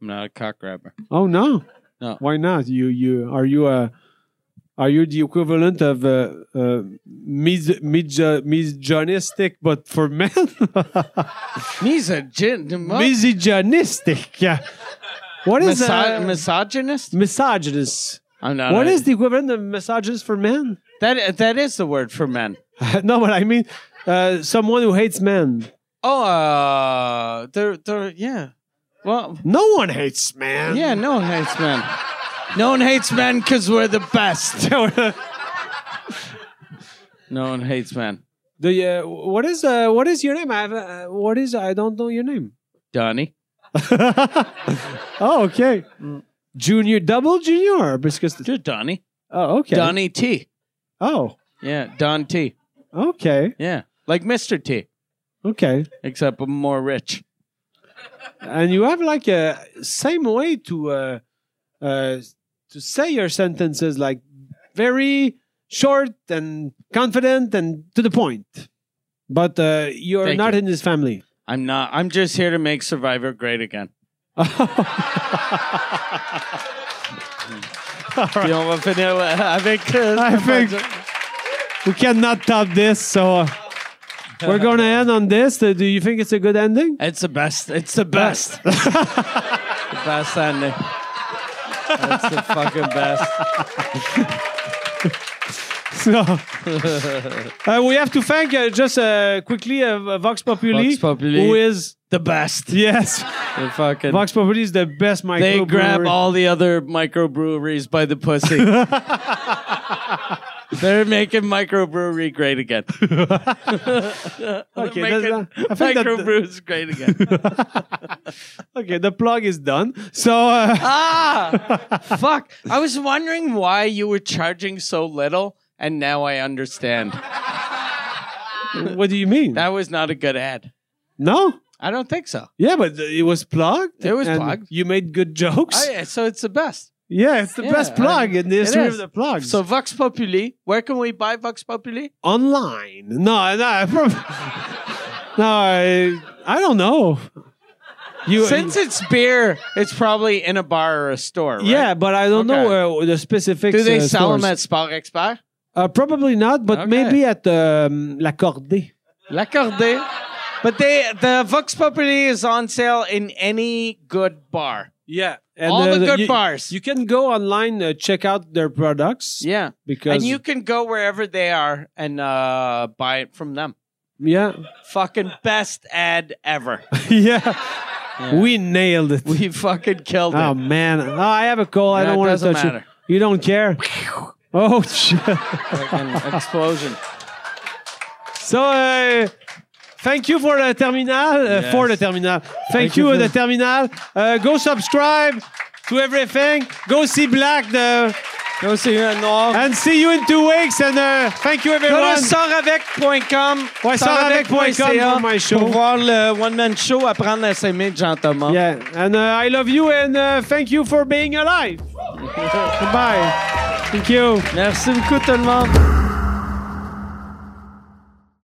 Speaker 2: I'm not a cock grabber.
Speaker 1: Oh no.
Speaker 2: No.
Speaker 1: Why not? You you are you a are you the equivalent of uh, uh, mis mis uh, misogynistic but for men?
Speaker 2: Misogyn-
Speaker 1: misogynistic. Yeah. What is
Speaker 2: Miso-
Speaker 1: uh,
Speaker 2: misogynist?
Speaker 1: misogynist?
Speaker 2: I'm not.
Speaker 1: What
Speaker 2: a-
Speaker 1: is the equivalent of misogynist for men?
Speaker 2: that? That is the word for men.
Speaker 1: no, but I mean, uh, someone who hates men.
Speaker 2: Oh, uh, they're they're yeah. Well,
Speaker 1: No one hates men.
Speaker 2: yeah. No one hates men. No one hates men because we're the best.
Speaker 1: uh,
Speaker 2: No one hates men.
Speaker 1: the uh, what is uh, what is your name? I have, uh, what is I don't know your name.
Speaker 2: Donnie.
Speaker 1: oh, okay. Junior, double junior, because
Speaker 2: You're Donnie.
Speaker 1: oh, okay.
Speaker 2: Donnie T.
Speaker 1: Oh,
Speaker 2: Yeah, Don T.
Speaker 1: okay,
Speaker 2: Yeah, like Mr. T,
Speaker 1: okay.
Speaker 2: except I'm more rich.
Speaker 1: and you have like a same way to uh, uh, to say your sentences, like very short and confident and to the point. But uh, you're
Speaker 2: Thank
Speaker 1: not
Speaker 2: you.
Speaker 1: in this family.
Speaker 2: I'm not. I'm just here to make Survivor great again. Et on va finir euh, avec. euh,
Speaker 1: I think- we cannot top this, so uh, we're gonna end on this. Uh, do you think it's a good ending?
Speaker 2: It's the best. It's the best. the best ending. That's the fucking best.
Speaker 1: So, uh, we have to thank uh, just uh, quickly uh, Vox Populi,
Speaker 2: Vox Populi.
Speaker 1: who is
Speaker 2: The best.
Speaker 1: yes,
Speaker 2: The fucking.
Speaker 1: Vox Populi is the best micro.
Speaker 2: they grab all the other microbreweries by the pussy. They're making microbrewery great again.
Speaker 1: Okay,
Speaker 2: They're
Speaker 1: that's-
Speaker 2: making
Speaker 1: I think that-
Speaker 2: microbrews great again.
Speaker 1: Okay, the plug is done. So uh,
Speaker 2: ah, fuck. I was wondering why you were charging so little, and now I understand.
Speaker 1: what do you mean?
Speaker 2: That was not a good ad.
Speaker 1: no,
Speaker 2: I don't think so.
Speaker 1: yeah, but it was plugged.
Speaker 2: It was
Speaker 1: and
Speaker 2: plugged.
Speaker 1: You made good jokes.
Speaker 2: Oh, yeah, so it's the best.
Speaker 1: yeah, it's the
Speaker 2: Yeah,
Speaker 1: best plug
Speaker 2: I-
Speaker 1: in the
Speaker 2: it
Speaker 1: history of
Speaker 2: is.
Speaker 1: the plugs.
Speaker 2: So Vox Populi, where can we buy Vox Populi?
Speaker 1: online. No, no, I prob- no. I, I don't know. You
Speaker 2: Since it's beer, it's probably in a bar or a store. Right?
Speaker 1: yeah, but I don't know uh, the specifics.
Speaker 2: Do they
Speaker 1: uh,
Speaker 2: sell them
Speaker 1: stores.
Speaker 2: at Sport Expert?
Speaker 1: Uh, probably not, but
Speaker 2: Okay.
Speaker 1: maybe at um, La Cordée.
Speaker 2: L'accordé. But they the Vox Populi is on sale in any good bar.
Speaker 1: Yeah, and,
Speaker 2: All the
Speaker 1: uh,
Speaker 2: good
Speaker 1: you,
Speaker 2: bars.
Speaker 1: You can go online uh, check out their products.
Speaker 2: yeah.
Speaker 1: because
Speaker 2: And you can go wherever they are and uh, buy it from them.
Speaker 1: yeah,
Speaker 2: Fucking best ad ever.
Speaker 1: yeah, we nailed it.
Speaker 2: We fucking killed it.
Speaker 1: oh man, oh, I have a cold. I
Speaker 2: Yeah,
Speaker 1: don't
Speaker 2: it
Speaker 1: want to
Speaker 2: doesn't
Speaker 1: touch
Speaker 2: matter.
Speaker 1: it. You don't care. oh shit.
Speaker 2: Fucking explosion.
Speaker 1: So, uh, thank you for the terminal. Uh,
Speaker 2: Yes.
Speaker 1: For the terminal. Thank, you,
Speaker 2: you for-
Speaker 1: the terminal. Uh, go subscribe to everything. Go see Black. The,
Speaker 2: Go see you in Noir.
Speaker 1: and see you in two weeks. And uh, thank you,
Speaker 2: Go
Speaker 1: everyone.
Speaker 2: to sortavec.com.
Speaker 1: Ouais, sortavec.com
Speaker 2: sortavec.ca
Speaker 1: for my show.
Speaker 2: Pour voir le one-man show, apprendre à s'aimer de Jean-Thomas.
Speaker 1: Yeah. And uh, I love you. And uh, thank you for being alive. Goodbye. Thank you.
Speaker 2: Merci beaucoup tout le monde.